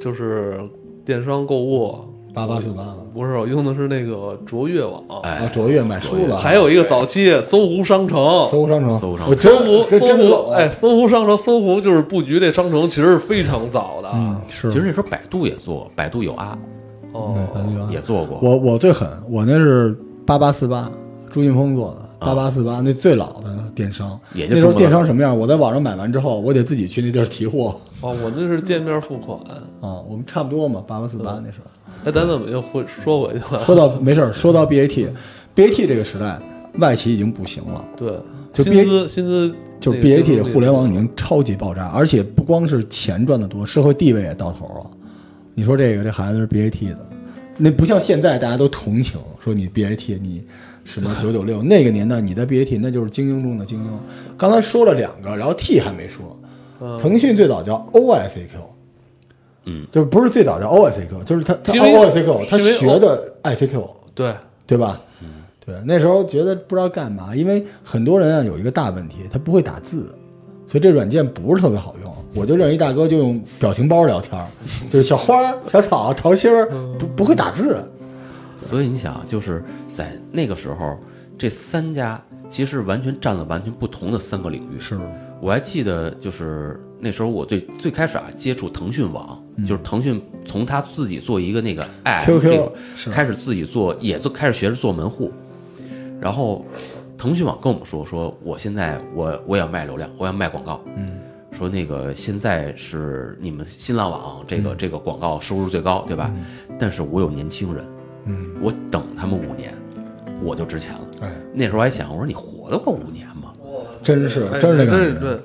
Speaker 1: 就是电商购物，
Speaker 3: 八八四八了
Speaker 1: 不是我用的是那个卓越网，
Speaker 2: 哎
Speaker 3: 啊，卓越买书了，
Speaker 1: 哎还有一个早期搜狐商城。
Speaker 3: 搜狐商城，
Speaker 2: 搜狐商城
Speaker 1: 搜
Speaker 3: 我真
Speaker 1: 狐，
Speaker 3: 这
Speaker 1: 搜
Speaker 3: 真啊
Speaker 1: 狐，
Speaker 3: 冷，
Speaker 1: 哎，，搜狐商城，搜狐就是布局这商城，其实是非常早的。啊
Speaker 3: 嗯，是，
Speaker 2: 其实那时候百度也做，百度有啊
Speaker 3: 嗯百
Speaker 1: 哦，
Speaker 3: 度云
Speaker 2: 也做过，
Speaker 3: 我我最狠，我那是八八四八，朱劲峰做
Speaker 1: 啊
Speaker 3: 的。八八四八那最老的电商，
Speaker 2: 也就
Speaker 3: 那时
Speaker 2: 中
Speaker 3: 候
Speaker 2: 国
Speaker 3: 电商什么样？我在网上买完之后，我得自己去那地儿提货
Speaker 1: 哦，我那是见面付款。
Speaker 3: 啊。我们差不多嘛，八八四八那时候。
Speaker 1: 哎，咱怎么又回说回去了？
Speaker 3: 说到没事儿，说到 BAT，BAT 这个时代，外企已经不行了，
Speaker 1: 对，
Speaker 3: 就
Speaker 1: 薪
Speaker 3: B-
Speaker 1: 资薪资
Speaker 3: 就
Speaker 1: 那
Speaker 3: 是
Speaker 1: 个竞争
Speaker 3: BAT
Speaker 1: 力
Speaker 3: 互联网已经超级爆炸，而且不光是钱赚得多，社会地位也到头了。你说这个这孩子是 BAT 的，那不像现在大家都同情，说你 BAT 你什么九九六，那个年代你在 BAT 那就是精英中的精英。刚才说了两个，然后 T 还没说，
Speaker 1: 嗯
Speaker 3: 腾讯最早叫 OICQ。
Speaker 2: 嗯，
Speaker 3: 就是不是最早叫 OICQ，就是他他
Speaker 1: 是
Speaker 3: 哦
Speaker 1: 因为
Speaker 3: OICQ，他
Speaker 1: 是因为哦 O-
Speaker 3: 学的 ICQ，
Speaker 1: 对，
Speaker 3: 对吧？对，那时候觉得不知道干嘛，因为很多人啊有一个大问题，他不会打字，所以这软件不是特别好用。我就认识一大哥，就用表情包聊 天儿，就是小花儿、小草、桃心儿，不
Speaker 1: 嗯
Speaker 3: 不会打字。
Speaker 2: 啊所以你想，就是在那个时候，这三家其实完全占了完全不同的三个领域。
Speaker 3: 是，
Speaker 2: 我还记得，就是那时候我最最开始啊接触腾讯网，
Speaker 3: 嗯
Speaker 2: 就是腾讯从他自己做一个那个 app，
Speaker 3: QQ
Speaker 2: 这个
Speaker 3: 是
Speaker 2: 开始自己做，也做开始学着做门户，然后腾讯网跟我们说，说我现在我我也要卖流量，我要卖广告，嗯，说那个现在是你们新浪网这
Speaker 3: 嗯
Speaker 2: 个、这个广告收入最高，对吧？但是我有年轻人，嗯，我等他们五年，我就值钱了。
Speaker 3: 哎，
Speaker 2: 那时候还想，我说你活得过五年吗？
Speaker 3: 真是
Speaker 1: 哎
Speaker 3: 真是这
Speaker 1: 对真
Speaker 3: 感
Speaker 1: 是
Speaker 3: 觉，
Speaker 1: 对。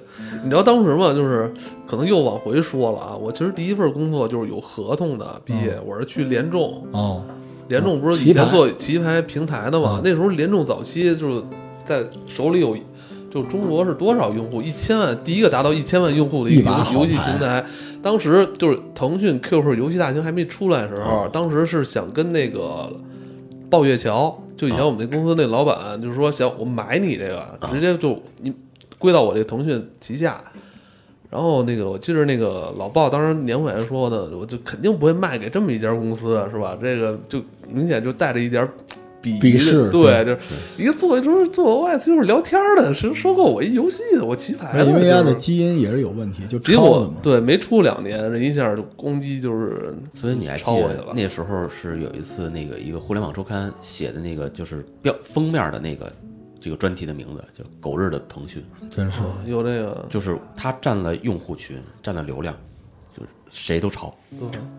Speaker 1: 你知道当时嘛，就是可能又往回说了啊。我其实第一份工作就是有合同的毕业，
Speaker 3: 嗯
Speaker 1: 我是去联众，
Speaker 3: 哦，
Speaker 1: 联众不是以前做棋牌平台的嘛？那时候联众早期就是在手里有，就中国是多少用户？一千万，第一个达到一千万用户的一
Speaker 3: 一
Speaker 1: 个
Speaker 3: 把
Speaker 1: 游
Speaker 3: 好
Speaker 1: 游戏
Speaker 3: 牌
Speaker 1: 平台。当时就是腾讯 QQ 游戏大厅还没出来的时候，当时是想跟那个抱月桥，就以前我们那公司那老板，就是说想我买你这个，直接就你归到我这腾讯旗下。然后那个，我记着那个老鲍当时年会还说呢，我就肯定不会卖给这么一家公司，啊是吧？这个就明显就带着一点鄙夷的
Speaker 3: 鄙视
Speaker 1: 对，就是一个做就是做 OS 就是聊天的，是收购我一游戏的，我棋牌的，
Speaker 3: 因为他
Speaker 1: 哎就
Speaker 3: 的
Speaker 1: 是
Speaker 3: 基因也是有问题，就
Speaker 1: 结
Speaker 3: 抄的
Speaker 1: 果
Speaker 3: 嘛，
Speaker 1: 对没出两年，人一下就攻击就是
Speaker 2: 所以你还记
Speaker 1: 超过去
Speaker 2: 得
Speaker 1: 了
Speaker 2: 那时候是有一次那个一个互联网周刊写的那个就是标封面的那个这个专题的名字叫“狗日的腾讯
Speaker 3: 真是
Speaker 1: 啊有这个”，
Speaker 2: 就是它占了用户群，占了流量，就是谁都抄。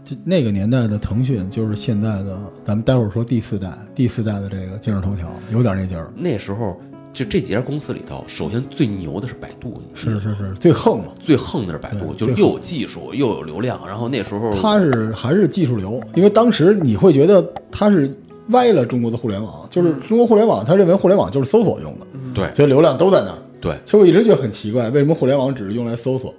Speaker 3: 就那个年代的腾讯，就是现在的，咱们待会儿说第四代，第四代的这个今日头条有点那劲儿，
Speaker 2: 那时候就这几家公司里头，首先最牛的是百度，你
Speaker 3: 是是是，最横嘛。
Speaker 2: 最横的是百度，
Speaker 3: 对
Speaker 2: 就是又有技术又有流量，然后那时候
Speaker 3: 它是还是技术流，因为当时你会觉得它是歪了中国的互联网，就是中国互联网，他认为互联网就是搜索用的，
Speaker 2: 对
Speaker 3: 所以流量都在那儿。
Speaker 2: 对，
Speaker 3: 其实我一直觉得很奇怪，为什么互联网只是用来搜索，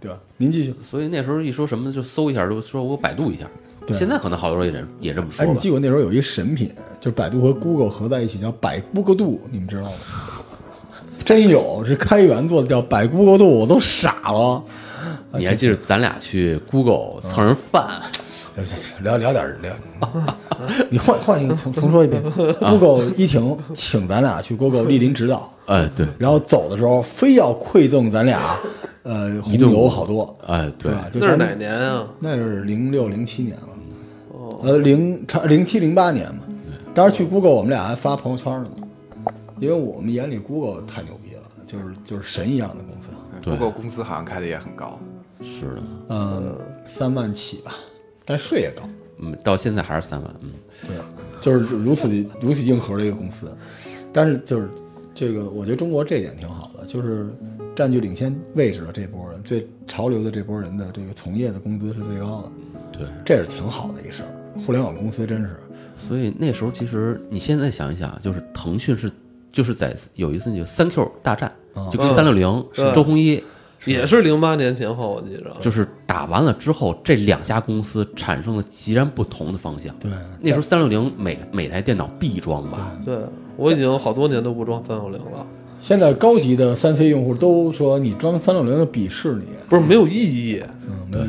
Speaker 3: 对吧？您继续。
Speaker 2: 所以那时候一说什么就搜一下，就说我百度一下。
Speaker 3: 对
Speaker 2: 现在可能好多人也这么说
Speaker 3: 哎，
Speaker 2: 吧
Speaker 3: 你。记过那时候有一神品，就是百度和 Google 合在一起叫百 Google 度，你们知道吗？真有，是开源做的，叫百 Google 度，我都傻了。
Speaker 2: 你
Speaker 3: 哎
Speaker 2: 还记得咱俩去 Google 蹭人饭？
Speaker 3: 聊聊点儿聊， 你换换一个，重 重说一遍。Google 一婷请咱俩去 Google 莅临指导，
Speaker 2: 哎，对，
Speaker 3: 然后走的时候非要馈赠咱俩，呃，红牛好多，
Speaker 2: 哎，对，
Speaker 3: 对吧？就
Speaker 1: 那是
Speaker 3: 咱
Speaker 1: 哪年啊？
Speaker 3: 那是零六零七年了，
Speaker 1: 哦
Speaker 3: 呃，零差零七零八年嘛。当时去 Google，我们俩还发朋友圈呢，因为我们眼里 Google 太牛逼了，就是就是神一样的公司。
Speaker 2: 对
Speaker 4: 不过工资好像开的也很高，
Speaker 2: 是的，
Speaker 3: 嗯，三万起吧，但税也高，
Speaker 2: 嗯，到现在还是三万，嗯，
Speaker 3: 对，啊就是如此如此硬核的一个公司。但是就是这个，我觉得中国这点挺好的，就是占据领先位置的这波人，最潮流的这波人的这个从业的工资是最高的，
Speaker 2: 对。
Speaker 3: 这是挺好的一事儿。互联网公司真是。
Speaker 2: 所以那时候其实你现在想一想，就是腾讯是就是在有一次那个三 Q 大战，就跟
Speaker 1: 嗯
Speaker 2: 三六零
Speaker 1: 是
Speaker 2: 周鸿祎。
Speaker 1: 也是零八年前后，我记着。
Speaker 2: 就是打完了之后，这两家公司产生了截然不同的方向。
Speaker 3: 对，
Speaker 2: 那时候三六零每每台电脑必装吧，
Speaker 1: 对，我已经好多年都不装三六零了，
Speaker 3: 现在高级的三 C 用户都说你装三六零就鄙视你，
Speaker 1: 不是没有意义，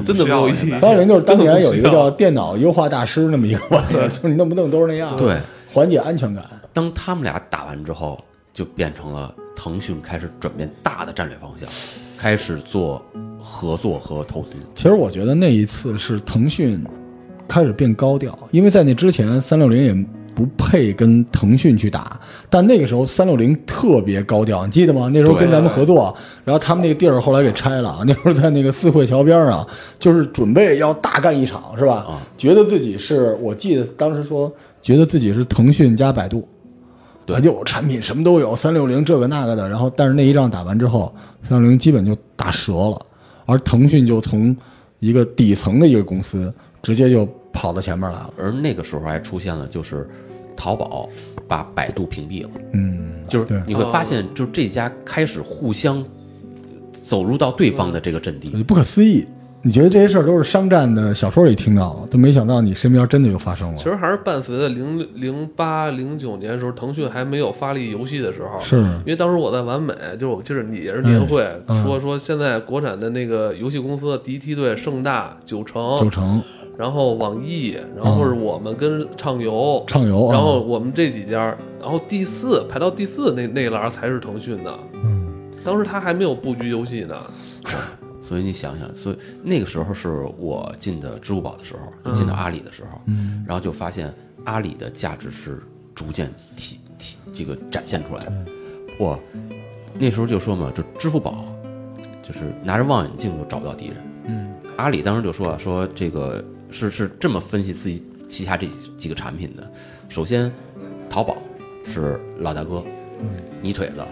Speaker 1: 真的没有意义。
Speaker 3: 三六零就是当年有一
Speaker 1: 真
Speaker 3: 个
Speaker 1: 的不
Speaker 3: 叫
Speaker 1: 需要
Speaker 3: 电脑优化大师那么一个玩 意儿，就是你弄不弄都是那样，
Speaker 2: 对，
Speaker 3: 缓解安全感。
Speaker 2: 当他们俩打完之后，就变成了腾讯开始转变大的战略方向，开始做合作和投资。
Speaker 3: 其实我觉得那一次是腾讯开始变高调，因为在那之前三六零也不配跟腾讯去打，但那个时候三六零特别高调，你记得吗？那时候跟咱们合作，然后他们那个地儿后来给拆了，那时候在那个四惠桥边儿啊，就是准备要大干一场，是吧？觉得自己是我记得当时说，觉得自己是腾讯加百度。
Speaker 2: 对
Speaker 3: 啊，有产品什么都有，三六零这个那个的。然后，但是那一仗打完之后，三六零基本就打折了，而腾讯就从一个底层的一个公司，直接就跑到前面来了。
Speaker 2: 而那个时候还出现了，就是淘宝把百度屏蔽了，
Speaker 3: 嗯，
Speaker 2: 就是
Speaker 3: 对
Speaker 2: 你会发现，就这家开始互相走入到对方的这个阵地。
Speaker 3: 就不可思议。你觉得这些事儿都是商战的小说里听到的，都没想到你身边真的就发生了
Speaker 1: 其。实还是伴随着零零八零九年的时候，腾讯还没有发力游戏的时候，
Speaker 3: 是
Speaker 1: 因为当时我在完美，就是我记得你也是年会、
Speaker 3: 嗯
Speaker 1: 说说现在国产的那个游戏公司的第一梯队盛大、九成，
Speaker 3: 九成，嗯
Speaker 1: 然后网易，然后或者我们跟畅游，
Speaker 3: 畅游啊
Speaker 1: 然后我们这几家，然后第四排到第四那那栏才是腾讯的。
Speaker 3: 嗯，
Speaker 1: 当时他还没有布局游戏呢，
Speaker 2: 所以你想想，所以那个时候是我进的支付宝的时候，进到阿里的时候，
Speaker 3: 嗯，
Speaker 2: 然后就发现阿里的价值是逐渐体体这个展现出来的。我那时候就说嘛，就支付宝，就是拿着望远镜都找不到敌人。嗯，阿里当时就说啊，说这个是是这么分析自己旗下这几几个产品的。首先，淘宝是老大哥，泥腿子，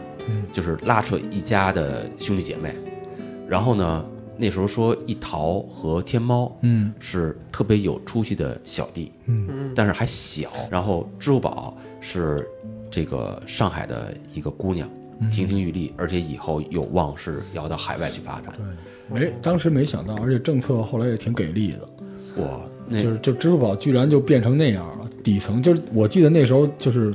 Speaker 2: 就是拉扯一家的兄弟姐妹。然后呢，那时候说一淘和天猫，
Speaker 3: 嗯，
Speaker 2: 是特别有出息的小弟，嗯，但是还小。然后支付宝是这个上海的一个姑娘，
Speaker 3: 嗯
Speaker 2: 亭亭玉立，而且以后有望是要到海外去发展。
Speaker 3: 没，当时没想到，而且政策后来也挺给力的。
Speaker 2: 哇，那
Speaker 3: 就是就支付宝居然就变成那样了，底层就是我记得那时候就是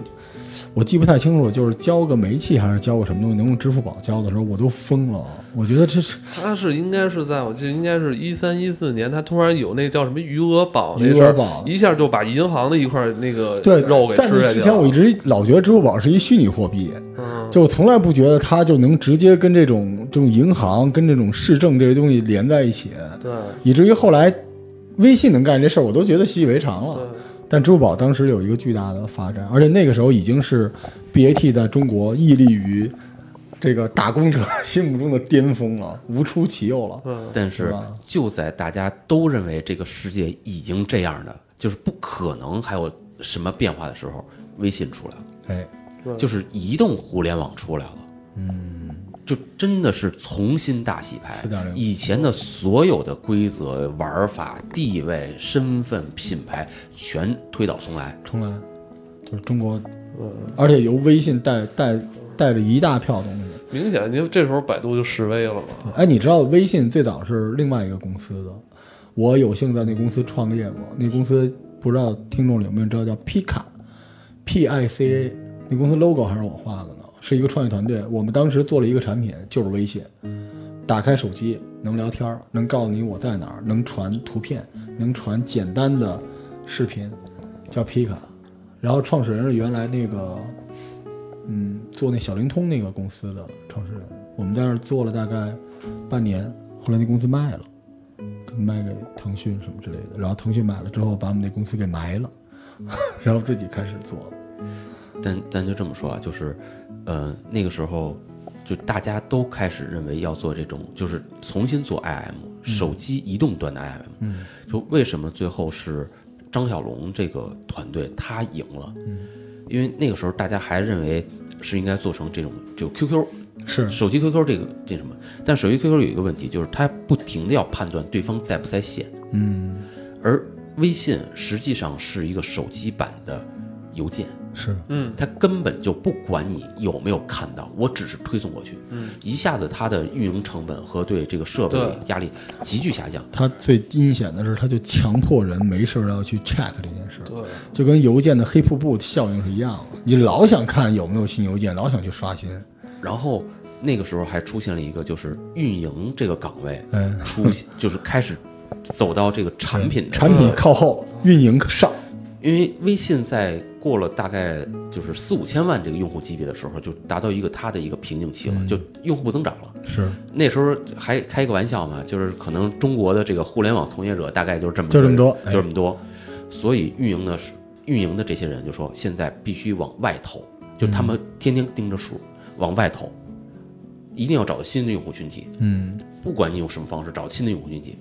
Speaker 3: 我记不太清楚，就是交个煤气还是交个什么东西能用支付宝交的时候，我都疯了。我觉得这是
Speaker 1: 他是应该是在我记得应该是一三一四年，他突然有那叫什么余额宝那事
Speaker 3: 余额
Speaker 1: 儿
Speaker 3: 宝，
Speaker 1: 一下就把银行的一块那个
Speaker 3: 对
Speaker 1: 肉给
Speaker 3: 在
Speaker 1: 吃下
Speaker 3: 那
Speaker 1: 去
Speaker 3: 之前，我一
Speaker 1: 了。
Speaker 3: 直老觉得支付宝是一虚拟货币，
Speaker 1: 嗯，
Speaker 3: 就我从来不觉得它就能直接跟这种这种银行跟这种市政这些东西连在一起，
Speaker 1: 对
Speaker 3: 以至于后来微信能干这事儿，我都觉得习以为常了。但支付宝当时有一个巨大的发展，而且那个时候已经是 BAT 在中国屹立于这个打工者 心目中的巅峰了，无出其右了。
Speaker 1: 对，
Speaker 2: 但是
Speaker 3: 是吧
Speaker 2: 就在大家都认为这个世界已经这样的，就是不可能还有什么变化的时候，微信出来了。
Speaker 3: 哎，
Speaker 1: 对
Speaker 2: 就是移动互联网出来了，嗯，就真的是重新大洗牌
Speaker 3: 4.0，
Speaker 2: 以前的所有的规则、玩法、地位、身份、品牌全推倒重来。
Speaker 3: 重来，就是中国，而且由微信带带带着一大票东西。
Speaker 1: 明显您这时候百度就示威了嘛。
Speaker 3: 哎，你知道微信最早是另外一个公司的，我有幸在那公司创业过。那公司不知道听众里有没有知道叫 Pika，P I C A，那公司 logo 还是我画的呢，是一个创业团队。我们当时做了一个产品，就是微信，打开手机能聊天儿，能告诉你我在哪儿，能传图片，能传简单的视频，叫 Pika。然后创始人是原来那个嗯，做那小灵通那个公司的创始人，我们在那儿做了大概半年，后来那公司卖了，卖给腾讯什么之类的，然后腾讯买了之后，把我们那公司给埋了， 然后自己开始做了。
Speaker 2: 但但就这么说啊，就是，呃，那个时候就大家都开始认为要做这种，就是重新做 IM 手机移动端的 IM。嗯，就为什么最后是张小龙这个团队他赢了？嗯，因为那个时候大家还认为是应该做成这种就 QQ
Speaker 3: 是
Speaker 2: 手机 QQ 这个这什么？但手机 QQ 有一个问题，就是它不停的要判断对方在不在线。
Speaker 3: 嗯，
Speaker 2: 而微信实际上是一个手机版的邮件，
Speaker 3: 是，
Speaker 1: 嗯，
Speaker 2: 它根本就不管你有没有看到，我只是推送过去。嗯，一下子它的运营成本和对这个设备
Speaker 1: 对
Speaker 2: 压力急剧下降。
Speaker 3: 他最阴险的是，他就强迫人没事儿要去 check 这件事儿，
Speaker 1: 对，
Speaker 3: 就跟邮件的黑瀑布效应是一样的，你老想看有没有新邮件，老想去刷新，
Speaker 2: 然后那个时候还出现了一个，就是运营这个岗位
Speaker 3: 嗯，
Speaker 2: 出现， 就是开始走到这个产品的
Speaker 3: 产品靠后，运营上，
Speaker 2: 因为微信在过了大概就是四五千万这个用户级别的时候，就达到一个它的一个瓶颈期了，
Speaker 3: 嗯
Speaker 2: 就用户不增长了。
Speaker 3: 是
Speaker 2: 那时候还开一个玩笑嘛，就是可能中国的这个互联网从业者大概就是这么
Speaker 3: 就这么多哎
Speaker 2: 就这么多。所以运营的是运营的这些人就说，现在必须往外投，就他们天天盯着数，往外投，一定要找到新的用户群体。
Speaker 3: 嗯，
Speaker 2: 不管你用什么方式找新的用户群体。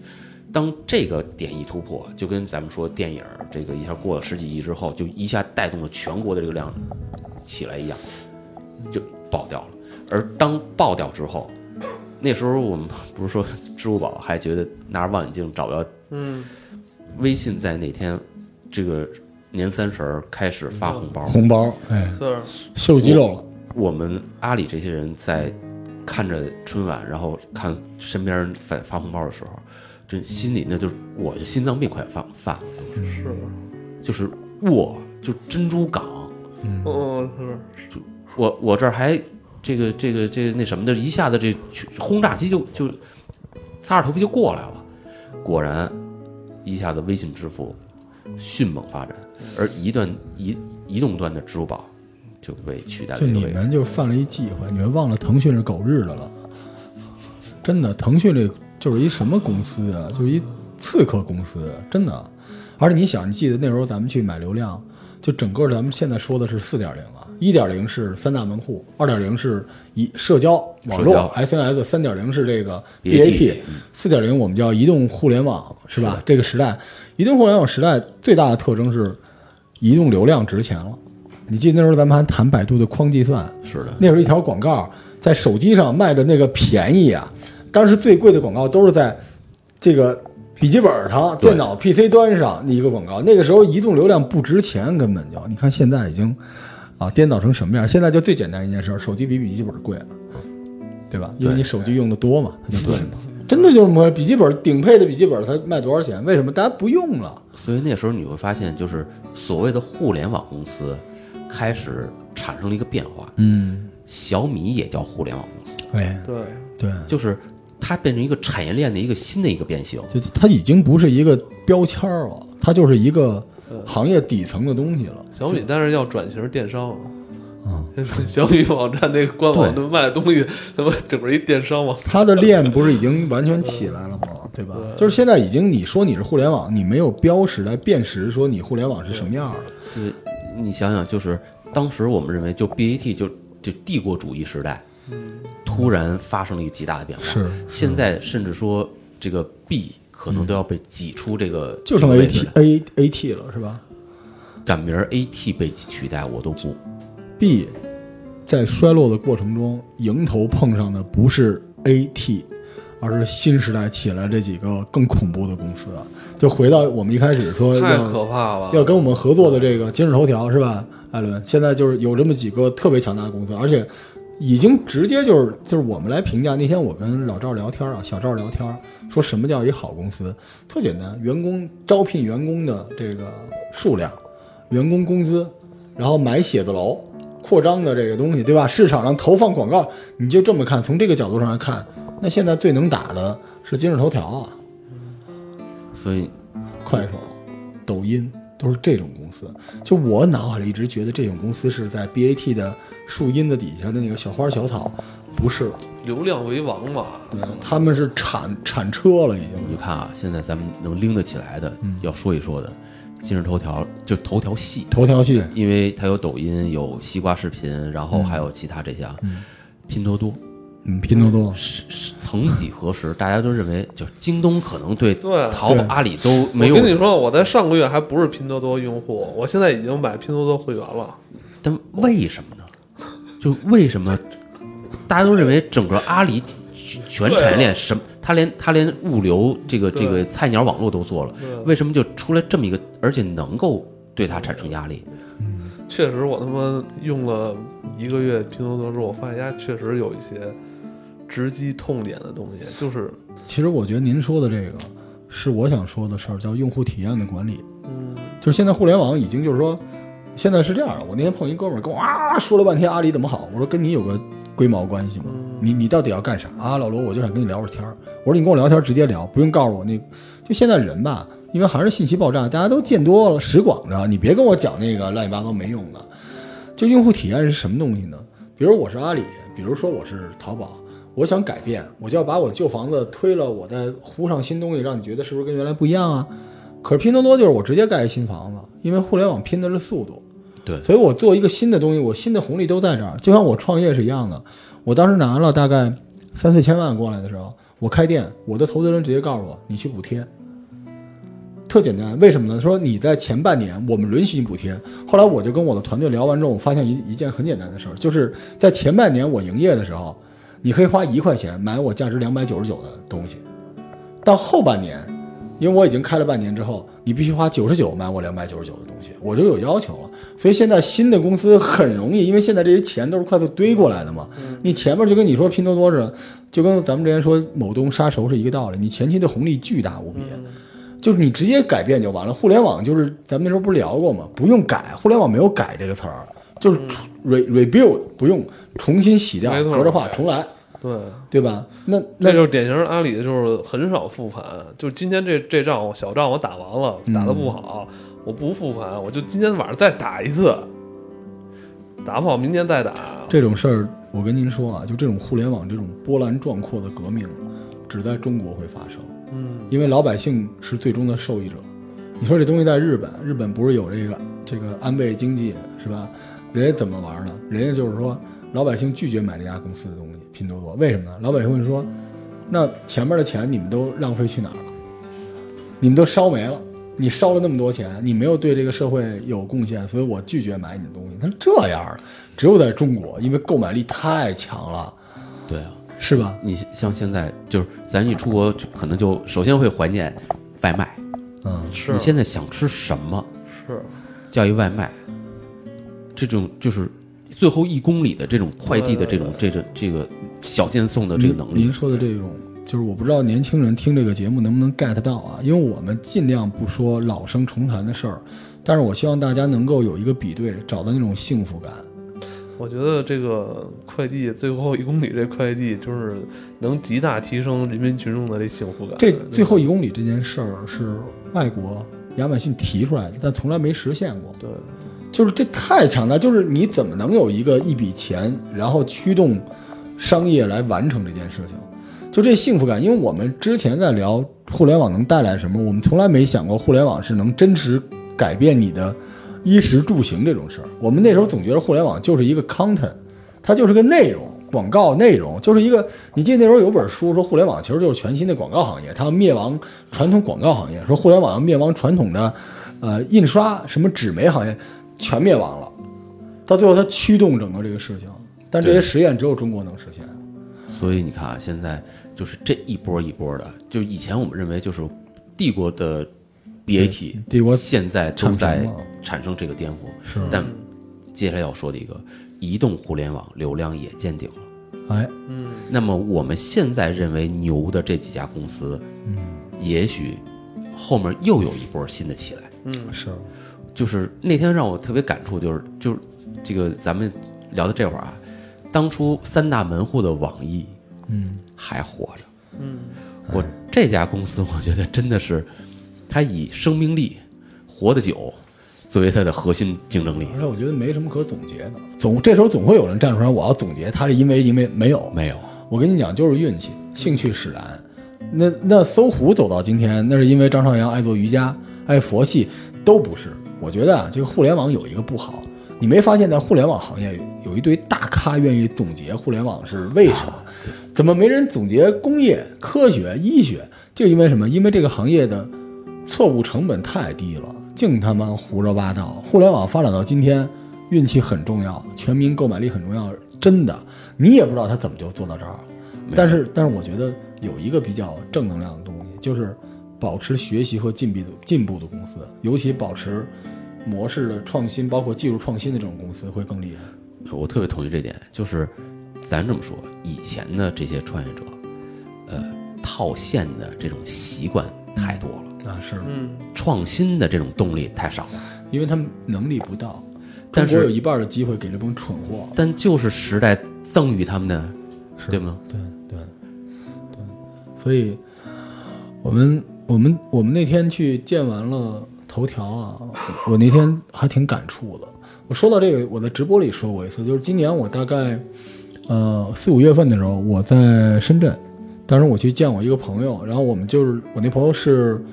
Speaker 2: 当这个点一突破，就跟咱们说电影儿这个一下过了十几亿之后，就一下带动了全国的这个量起来一样，就爆掉了。而当爆掉之后，那时候我们不是说支付宝还觉得拿着望远镜找不到，
Speaker 1: 嗯，
Speaker 2: 微信在那天这个年三十儿开始发红包，
Speaker 3: 红包，哎，
Speaker 1: 是，
Speaker 3: 秀肌肉了。
Speaker 2: 我们阿里这些人在看着春晚，然后看身边人发发红包的时候，这心里那就是我就心脏病快犯犯了，
Speaker 1: 是，
Speaker 2: 就是哇，就珍珠港，
Speaker 1: 嗯，是，
Speaker 2: 我我这儿还这个这个这那什么的，一下子这轰炸机就就擦着头皮就过来了，果然一下子微信支付迅猛发展，而移段移移动端的支付宝就被取代了
Speaker 3: 就
Speaker 2: 这个
Speaker 3: 你
Speaker 2: 位置。
Speaker 3: 们就犯了一忌讳，你们忘了腾讯是狗日的了。真的，腾讯这就是一什么公司啊？就是一刺客公司，真的。而且你想，你记得那时候咱们去买流量，就整个咱们现在说的是四点零了，一点零是三大门户，二点零是以社交网
Speaker 2: 社交
Speaker 3: 络 SNS，三点零是这个
Speaker 2: BAT
Speaker 3: BAT，四
Speaker 2: 嗯
Speaker 3: 点零我们叫移动互联网，是吧？这个时代，移动互联网时代最大的特征是移动流量值钱了。你记得那时候咱们还谈百度的框计算，
Speaker 2: 是的，
Speaker 3: 那时候一条广告在手机上卖的那个便宜啊，当时最贵的广告都是在这个笔记本上、
Speaker 2: 对
Speaker 3: 电脑 PC 端上你一个广告。那个时候移动流量不值钱，根本就你看现在已经啊颠倒成什么样？现在就最简单一件事儿，手机比笔记本贵了，对吧？因为
Speaker 2: 对
Speaker 3: 你手机用的多嘛，它就贵嘛。 真的就是摸笔记本顶配的笔记本才卖多少钱？为什么大家不用了？
Speaker 2: 所以那时候你会发现，就是所谓的互联网公司开始产生了一个变化，
Speaker 3: 嗯，
Speaker 2: 小米也叫互联网公司，
Speaker 3: 哎，
Speaker 1: 对，
Speaker 3: 对，
Speaker 2: 就是它变成一个产业链的一个新的一个变形。
Speaker 3: 就它已经不是一个标签儿了，它就是一个行业底层的东西了。
Speaker 1: 小米但是要转型电商啊。
Speaker 3: 嗯
Speaker 1: 现在 小米网站那个官网
Speaker 2: 对
Speaker 1: 都卖的东西，他妈整个一电商网，
Speaker 3: 它的链不是已经完全起来了吗？对吧？就是现在已经，你说你是互联网，你没有标识来辨识说你互联网是什么样儿的。
Speaker 2: 就是你想想，就是当时我们认为，就 BAT 就就帝国主义时代，突然发生了一个极大的变化。
Speaker 3: 嗯是嗯
Speaker 2: 现在甚至说这个 B 可能都要被挤出这个
Speaker 3: 就剩
Speaker 2: 这个
Speaker 3: A
Speaker 2: 位置
Speaker 3: T
Speaker 2: 来
Speaker 3: A A T 了，是吧
Speaker 2: 赶明儿 AT 被取代，我都不
Speaker 3: ？B 在衰落的过程中，迎头碰上的不是 A T，而是新时代起来这几个更恐怖的公司啊。就回到我们一开始说要，
Speaker 1: 太可怕了。
Speaker 3: 要跟我们合作的这个今日头条是吧？艾伦，现在就是有这么几个特别强大的公司，而且已经直接就是就是我们来评价。那天我跟老赵聊天啊，小赵聊天说什么叫一好公司，特简单，员工招聘员工的这个数量，员工工资，然后买写字楼。扩张的这个东西，对吧？市场上投放广告，你就这么看，从这个角度上来看，那现在最能打的是今日头条啊，
Speaker 2: 所以
Speaker 3: 快手、抖音都是这种公司。就我脑海里一直觉得这种公司是在 BAT 的树荫子底下的那个小花小草，不是，
Speaker 1: 流量为王嘛，
Speaker 3: 他们是铲铲车了已经。
Speaker 2: 你看啊，现在咱们能拎得起来的，
Speaker 3: 嗯
Speaker 2: 要说一说的，今日头条就头条系，
Speaker 3: 头条系
Speaker 2: 因为它有抖音，有西瓜视频，然后还有其他这些啊，拼多多。
Speaker 3: 嗯，拼多多
Speaker 2: 是是曾几何时，大家都认为就是京东可能对
Speaker 1: 对
Speaker 2: 淘宝、
Speaker 3: 对
Speaker 2: 阿里都
Speaker 1: 我
Speaker 2: 没有
Speaker 1: 跟，你说，我在上个月还不是拼多多用户，我现在已经买拼多多会员了。
Speaker 2: 但为什么呢？就为什么大家都认为整个阿里全全产业链什么，他连他连物流这个
Speaker 1: 啊对
Speaker 2: 这个菜鸟网络都做了
Speaker 1: 对，啊
Speaker 2: 为什么就出来这么一个，而且能够对它产生压力？
Speaker 1: 确实，我他妈用了一个月拼多多之后，我发现它确实有一些直击痛点的东西， 就是
Speaker 3: 其实我觉得您说的这个是我想说的事儿，叫用户体验的管理。
Speaker 1: 嗯，
Speaker 3: 就是现在互联网已经就是说，现在是这样的。我那天碰一哥们儿跟我啊说了半天阿里怎么好，我说跟你有个龟毛关系吗？你你到底要干啥啊？老罗，我就想跟你聊会儿天儿。我说你跟我聊天儿直接聊，不用告诉我那。就现在人吧，因为还是信息爆炸，大家都见多了识广的，你别跟我讲那个乱七八糟没用的。就用户体验是什么东西呢？比如我是阿里，比如说我是淘宝，我想改变，我就要把我旧房子推了，我再糊上新东西，让你觉得是不是跟原来不一样啊？可是拼多多就是我直接盖一新房子，因为互联网拼的是速度，
Speaker 2: 对
Speaker 3: 所以我做一个新的东西，我新的红利都在这儿，就像我创业是一样的。我当时拿了大概三四千万过来的时候，我开店，我的投资人直接告诉我，你去补贴，特简单。为什么呢？说你在前半年我们允许你补贴，后来我就跟我的团队聊完之后，我发现一一件很简单的事儿，就是在前半年我营业的时候，你可以花一块钱买我价值两百九十九的东西，到后半年，因为我已经开了半年之后，你必须花九十九买我两百九十九的东西，我就有要求了。所以现在新的公司很容易，因为现在这些钱都是快速堆过来的嘛。
Speaker 1: 嗯
Speaker 3: 你前面就跟你说拼多多似的，就跟咱们之前说某东杀熟是一个道理，你前期的红利巨大无比。
Speaker 1: 嗯
Speaker 3: 就是你直接改变就完了。互联网就是咱们那时候不是聊过吗？不用改，互联网没有“改”这个词儿，就是 re rebuild 不用重新洗掉，
Speaker 1: 嗯没错
Speaker 3: 隔着话重来。
Speaker 1: 对，
Speaker 3: 对吧？那
Speaker 1: 这
Speaker 3: 那
Speaker 1: 就是典型的阿里，就是很少复盘。就是今天这这仗我小仗我打完了，打的不好，我不复盘，我就今天晚上再打一次，打不好明天再打。
Speaker 3: 这种事儿，我跟您说啊，就这种互联网这种波澜壮阔的革命，只在中国会发生，
Speaker 1: 嗯
Speaker 3: 因为老百姓是最终的受益者。你说这东西在日本，日本不是有这个这个安倍经济是吧？人家怎么玩呢？人家就是说，老百姓拒绝买这家公司的东西，拼多多为什么呢？老百姓会说，那前面的钱你们都浪费去哪儿了？你们都烧没了。你烧了那么多钱，你没有对这个社会有贡献，所以我拒绝买你的东西。他是这样儿，只有在中国，因为购买力太强了，
Speaker 2: 对啊，
Speaker 3: 是吧？
Speaker 2: 你像现在就是咱一出国，就可能就首先会怀念外卖。
Speaker 3: 嗯，
Speaker 1: 是
Speaker 2: 你现在想吃什么，
Speaker 1: 是，
Speaker 2: 叫一外卖，这种就是最后一公里的这种快递的这种这种这个小件送的这个能
Speaker 3: 嗯您
Speaker 2: 力
Speaker 3: 您，说的这种，就是我不知道年轻人听这个节目能不能 get 到啊，因为我们尽量不说老生重谈的事儿，但是我希望大家能够有一个比对，找到那种幸福感。
Speaker 1: 我觉得这个快递最后一公里这快递，就是能极大提升人民群众的这幸福感。
Speaker 3: 这
Speaker 1: 对吧
Speaker 3: 最后一公里这件事儿是外国亚马逊提出来的，但从来没实现过。
Speaker 1: 对，
Speaker 3: 就是这太强大，就是你怎么能有一个一笔钱，然后驱动商业来完成这件事情？就这幸福感，因为我们之前在聊互联网能带来什么，我们从来没想过互联网是能真实改变你的衣食住行这种事儿。我们那时候总觉得互联网就是一个 content，它就是个内容，广告内容就是一个。你记得那时候有本书说，互联网其实就是全新的广告行业，它要灭亡传统广告行业，说互联网要灭亡传统的呃印刷什么纸媒行业，全灭亡了。到最后，它驱动整个这个事情，但这些
Speaker 2: 对
Speaker 3: 实验只有中国能实现。
Speaker 2: 所以你看啊，现在就是这一波一波的，就以前我们认为就是帝国的 BAT，
Speaker 3: 帝国
Speaker 2: 现在都
Speaker 3: 产
Speaker 2: 在
Speaker 3: 生了
Speaker 2: 产生这个颠覆，
Speaker 3: 是
Speaker 2: 但接下来要说的一个，移动互联网流量也见顶了。
Speaker 3: 哎，
Speaker 2: 那么我们现在认为牛的这几家公司，
Speaker 3: 嗯
Speaker 2: 也许后面又有一波新的起来。
Speaker 3: 是
Speaker 2: 就是那天让我特别感触，就是就是这个咱们聊到这会儿啊，当初三大门户的网易，嗯，还活着，嗯，我这家公司我觉得真的是，它以生命力活得久作为它的核心竞争力，
Speaker 3: 而且我觉得没什么可总结的，总这时候总会有人站出来，我要总结，他是因为因为没有。
Speaker 2: 没有，
Speaker 3: 我跟你讲，就是运气，兴趣使然。那那搜狐走到今天，那是因为张朝阳爱做瑜伽，爱佛系，都不是。我觉得啊，这个互联网有一个不好，你没发现，在互联网行业有一堆大咖愿意总结互联网是为什么？怎么没人总结工业、科学、医学？就因为什么？因为这个行业的错误成本太低了，净他妈胡说八道。互联网发展到今天，运气很重要，全民购买力很重要，真的，你也不知道他怎么就做到这儿了。但是，但是我觉得有一个比较正能量的东西，就是保持学习和进步的进步的公司，尤其保持模式的创新，包括技术创新的这种公司会更厉害。
Speaker 2: 我特别同意这点，就是咱这么说，以前的这些创业者，呃，套现的这种习惯太多了，
Speaker 3: 那是
Speaker 1: 嗯，
Speaker 2: 创新的这种动力太少了。
Speaker 3: 因为他们能力不到，中
Speaker 2: 但是
Speaker 3: 国有一半的机会给这帮蠢货。
Speaker 2: 但就是时代赠予他们的，
Speaker 3: 是
Speaker 2: 对吗？
Speaker 3: 对对对，所以我们我们我们那天去见完了头条啊，我我那天还挺感触的。我说到这个，我在直播里说过一次，就是今年我大概呃四五月份的时候，我在深圳，当时我去见我一个朋友，然后我们就是我那朋友是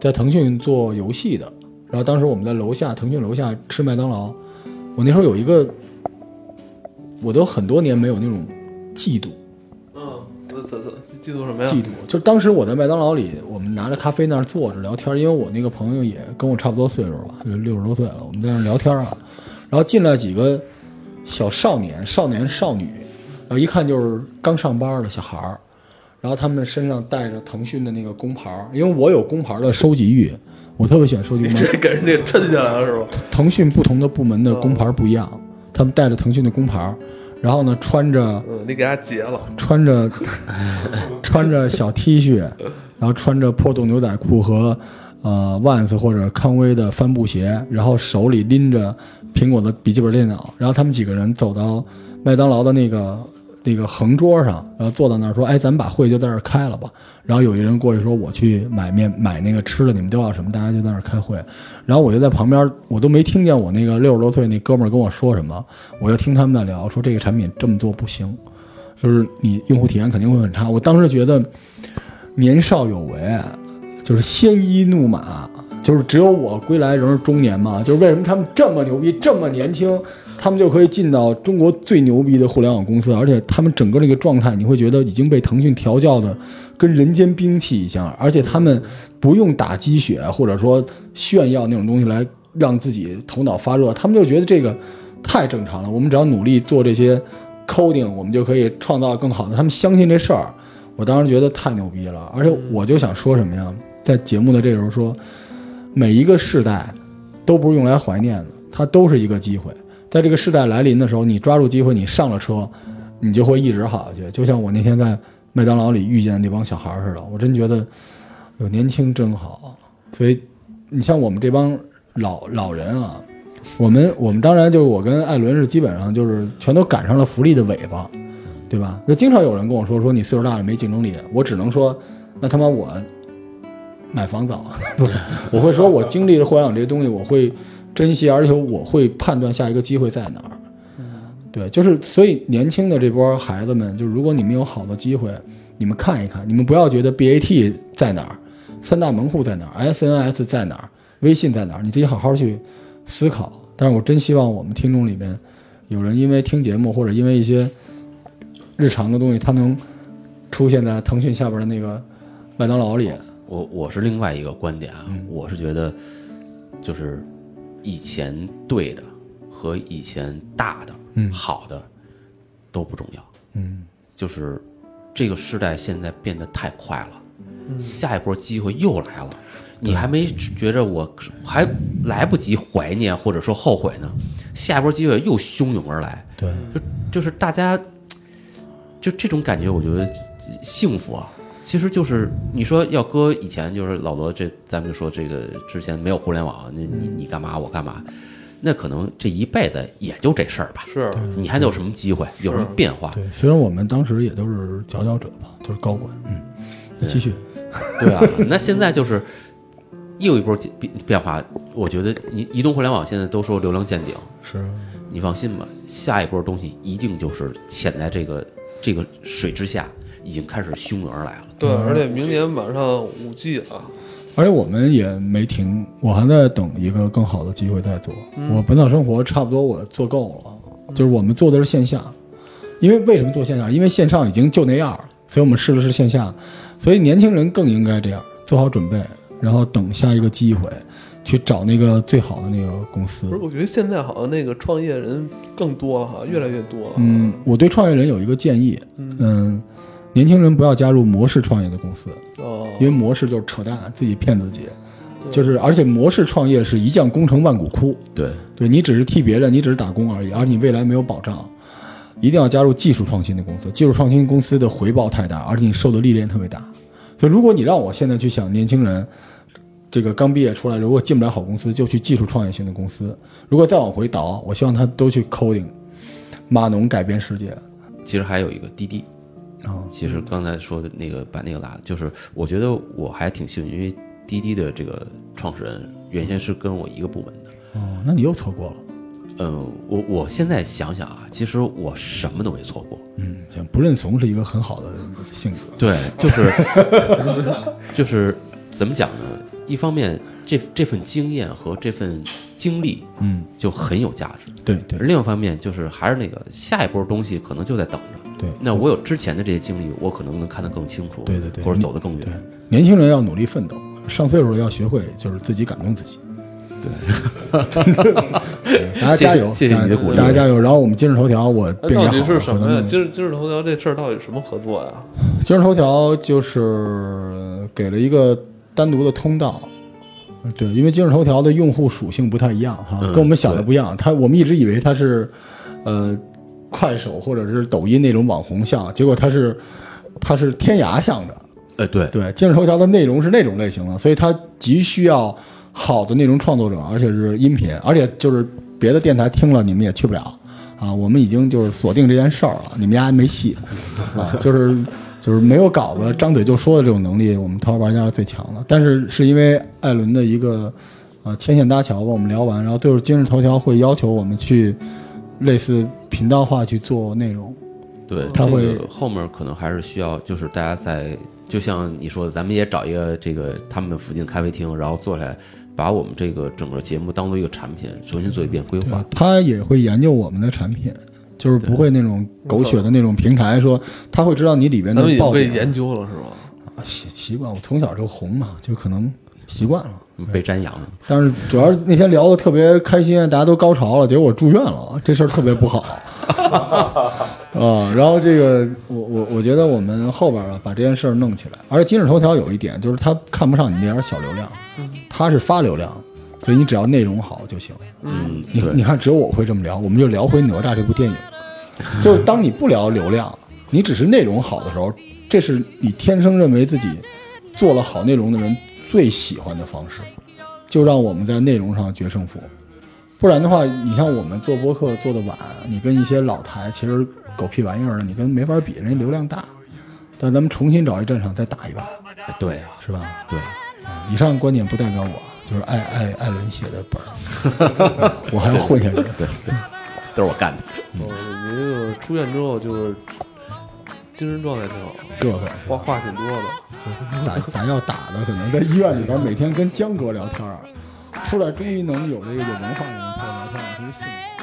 Speaker 3: 在腾讯做游戏的，然后当时我们在楼下腾讯楼下吃麦当劳，我那时候有一个，我都很多年没有那种嫉妒，
Speaker 1: 嗯，这这这嫉妒什哎么呀？
Speaker 3: 嫉妒。就是当时我在麦当劳里，我们拿着咖啡那儿坐着聊天，因为我那个朋友也跟我差不多岁数吧，就六十多岁了，我们在那儿聊天啊。然后进来几个小少年、少年少女，然后一看就是刚上班的小孩儿，然后他们身上带着腾讯的那个工牌儿，因为我有工牌儿的收集欲，我特别喜欢收集
Speaker 1: 你
Speaker 3: 工牌
Speaker 1: 这
Speaker 3: 儿。
Speaker 1: 给人家抻下来了是吧？
Speaker 3: 腾讯不同的部门的工牌儿不一样，
Speaker 1: 哦
Speaker 3: 他们带着腾讯的工牌儿，然后呢穿着。
Speaker 1: 嗯，你给他截了，
Speaker 3: 穿着穿着小 T 恤，然后穿着破洞牛仔裤和呃 Vans 或者康威的帆布鞋，然后手里拎着苹果的笔记本电脑，然后他们几个人走到麦当劳的那个那个横桌上，然后坐到那儿说：“哎，咱们把会就在这儿开了吧。”然后有一人过去说：“我去买面买那个吃的，你们都要什么？”大家就在那儿开会。然后我就在旁边，我都没听见我那个六十多岁那哥们儿跟我说什么，我就听他们在聊，说这个产品这么做不行，就是你用户体验肯定会很差。我当时觉得年少有为，就是鲜衣怒马，就是只有我归来仍是中年嘛。就是为什么他们这么牛逼，这么年轻，他们就可以进到中国最牛逼的互联网公司，而且他们整个那个状态，你会觉得已经被腾讯调教的跟人间兵器一样，而且他们不用打鸡血或者说炫耀那种东西来让自己头脑发热，他们就觉得这个太正常了。我们只要努力做这些 coding，我们就可以创造更好的。他们相信这事儿，我当时觉得太牛逼了。而且我就想说什么呀，在节目的这时候说，每一个世代都不是用来怀念的，它都是一个机会。在这个世代来临的时候，你抓住机会，你上了车，你就会一直好下去。就像我那天在麦当劳里遇见那帮小孩儿似的，我真觉得有年轻真好。所以，你像我们这帮老老人啊，我们我们当然就是我跟艾伦是基本上就是全都赶上了福利的尾巴，对吧？那经常有人跟我说说你岁数大了没竞争力，我只能说，那他妈我买房早， 我会说我经历了互联网这些东西，我会珍惜，而且我会判断下一个机会在哪儿。对，就是所以年轻的这波孩子们，就是如果你们有好的机会，你们看一看，你们不要觉得 BAT 在哪儿，三大门户在哪儿，SNS 在哪儿，微信在哪儿，你自己好好去思考。但是我真希望我们听众里面有人因为听节目或者因为一些日常的东西，他能出现在腾讯下边的那个麦当劳里。
Speaker 2: 我我是另外一个观点啊，
Speaker 3: 嗯
Speaker 2: 我是觉得就是以前对的和以前大的、
Speaker 3: 嗯
Speaker 2: 好的都不重要，
Speaker 3: 嗯，
Speaker 2: 就是这个时代现在变得太快了，
Speaker 3: 嗯
Speaker 2: 下一波机会又来了，你还没觉着我还来不及怀念或者说后悔呢，下一波机会又汹涌而来，
Speaker 3: 对，
Speaker 2: 就就是大家，就这种感觉，我觉得幸福啊。其实就是你说要搁以前，就是老罗这，咱们就说这个之前没有互联网，那你你干嘛我干嘛，那可能这一辈子也就这事儿吧。
Speaker 1: 是
Speaker 2: 你还得有什么机会，有什么变化？
Speaker 3: 对，虽然我们当时也都是佼佼者吧，都是高管，嗯，那继续，
Speaker 2: 对啊，那现在就是又一波变变化。我觉得你移动互联网现在都说流量见顶，
Speaker 3: 是，
Speaker 2: 你放心吧，下一波东西一定就是潜在这个这个水之下，已经开始汹涌而来了。
Speaker 1: 对，而且明年马上五 G 啊了，
Speaker 3: 而且我们也没停，我还在等一个更好的机会再做。我本草生活差不多我做够了，就是我们做的是线下，因为为什么做线下？因为线上已经就那样了，所以我们试的是线下，所以年轻人更应该这样，做好准备，然后等下一个机会，去找那个最好的那个公司
Speaker 1: 不是？。我觉得现在好像那个创业人更多了哈，越来越多了。
Speaker 3: 嗯，，我对创业人有一个建议，嗯，年轻人不要加入模式创业的公司，
Speaker 1: 哦，
Speaker 3: 因为模式就是扯淡，自己骗自己，就是而且模式创业是一将功成万骨枯。
Speaker 2: 对，
Speaker 3: 对你只是替别人，你只是打工而已，而你未来没有保障。一定要加入技术创新的公司，技术创新公司的回报太大，而且你受的历练特别大。所以，如果你让我现在去想年轻人，这个刚毕业出来，如果进不了好公司，就去技术创业型的公司。如果再往回倒，我希望他都去 coding，码农改变世界。
Speaker 2: 其实还有一个滴滴。
Speaker 3: 哦
Speaker 2: 其实刚才说的那个把那个拉，就是我觉得我还挺幸运，因为滴滴的这个创始人原先是跟我一个部门的。
Speaker 3: 哦，那你又错过了。
Speaker 2: 嗯，我我现在想想啊，其实我什么都没错过。
Speaker 3: 嗯，行，不认怂是一个很好的性格。
Speaker 2: 对， 就是就是怎么讲呢？一方面，这这份经验和这份经历
Speaker 3: 嗯，
Speaker 2: 就很有价值；
Speaker 3: 对对
Speaker 2: 而另一方面，就是还是那个下一波东西可能就在等着。
Speaker 3: 对。
Speaker 2: 那我有之前的这些经历，我可能能看得更清楚，
Speaker 3: 对对对
Speaker 2: 或者走得更远。
Speaker 3: 年轻人要努力奋斗，上岁数了要学会就是自己感动自己。对，大家加油！
Speaker 2: 谢谢谢谢你的鼓励
Speaker 3: 大家加油！然后我们今日头条，我
Speaker 1: 哎
Speaker 3: 变也
Speaker 1: 到
Speaker 3: 好
Speaker 1: 底
Speaker 3: 了。
Speaker 1: 是什
Speaker 3: 我
Speaker 1: 么呀？
Speaker 3: 能
Speaker 1: 今日今日头条这事儿到底什么合作呀？
Speaker 3: 今日头条就是给了一个单独的通道。呃对，因为今日头条的用户属性不太一样哈，
Speaker 2: 嗯
Speaker 3: 跟我们想的不一样。它我们一直以为它是，呃，快手或者是抖音那种网红向，结果它是它是天涯向的。
Speaker 2: 呃，对，
Speaker 3: 对，今日头条的内容是那种类型的，所以它极需要好的内容创作者，而且是音频，而且就是别的电台听了你们也去不了，啊，我们已经就是锁定这件事儿了，你们家没戏啊，就是就是没有稿子，张嘴就说的这种能力，我们淘宝玩家是最强的。但是是因为艾伦的一个呃牵线搭桥吧，我们聊完，然后就是今日头条会要求我们去类似频道化去做内容，
Speaker 2: 对，
Speaker 3: 他
Speaker 2: 这
Speaker 3: 会
Speaker 2: 个后面可能还是需要，就是大家在，就像你说的，咱们也找一个这个他们附近咖啡厅，然后坐下来，把我们这个整个节目当做一个产品，重新做一遍规
Speaker 3: 对
Speaker 2: 划。
Speaker 3: 他也会研究我们的产品。就是不会那种狗血的那种平台，说他会知道你里边
Speaker 1: 咱
Speaker 3: 的
Speaker 1: 们已经
Speaker 3: 爆
Speaker 1: 被
Speaker 3: 点。
Speaker 1: 研究了是吗？
Speaker 3: 啊，习习惯，我从小就红嘛，就可能习惯了。
Speaker 2: 被瞻仰了，
Speaker 3: 但是主要是那天聊的特别开心，大家都高潮了，结果我住院了，这事儿特别 不好。啊，然后这个我我我觉得我们后边啊把这件事儿弄起来，而且今日头条有一点就是他看不上你那点儿小流量，他是发流量，所以你只要内容好就行。
Speaker 2: 嗯，
Speaker 3: 你
Speaker 2: 对，
Speaker 3: 你看，只有我会这么聊，我们就聊回《哪吒》这部电影。就是当你不聊流量，你只是内容好的时候，这是你天生认为自己做了好内容的人最喜欢的方式。就让我们在内容上决胜负，不然的话，你像我们做播客做的晚，你跟一些老台其实狗屁玩意儿，你跟没法比，人家流量大。但咱们重新找一战场再打一把，
Speaker 2: 对啊，
Speaker 3: 是吧？嗯
Speaker 2: 对，
Speaker 3: 以上观点不代表我，就是艾艾艾伦写的本儿，我还要混下去。
Speaker 2: 都是我干的。
Speaker 1: 哦，你这个出院之后就是精神状态挺好，
Speaker 3: 这个
Speaker 1: 话话挺多的。
Speaker 3: 打打药打的，可能在医院里啊边每天跟江哥聊天儿，出来终于能有这个有文化的人陪我聊天儿，我特别幸福。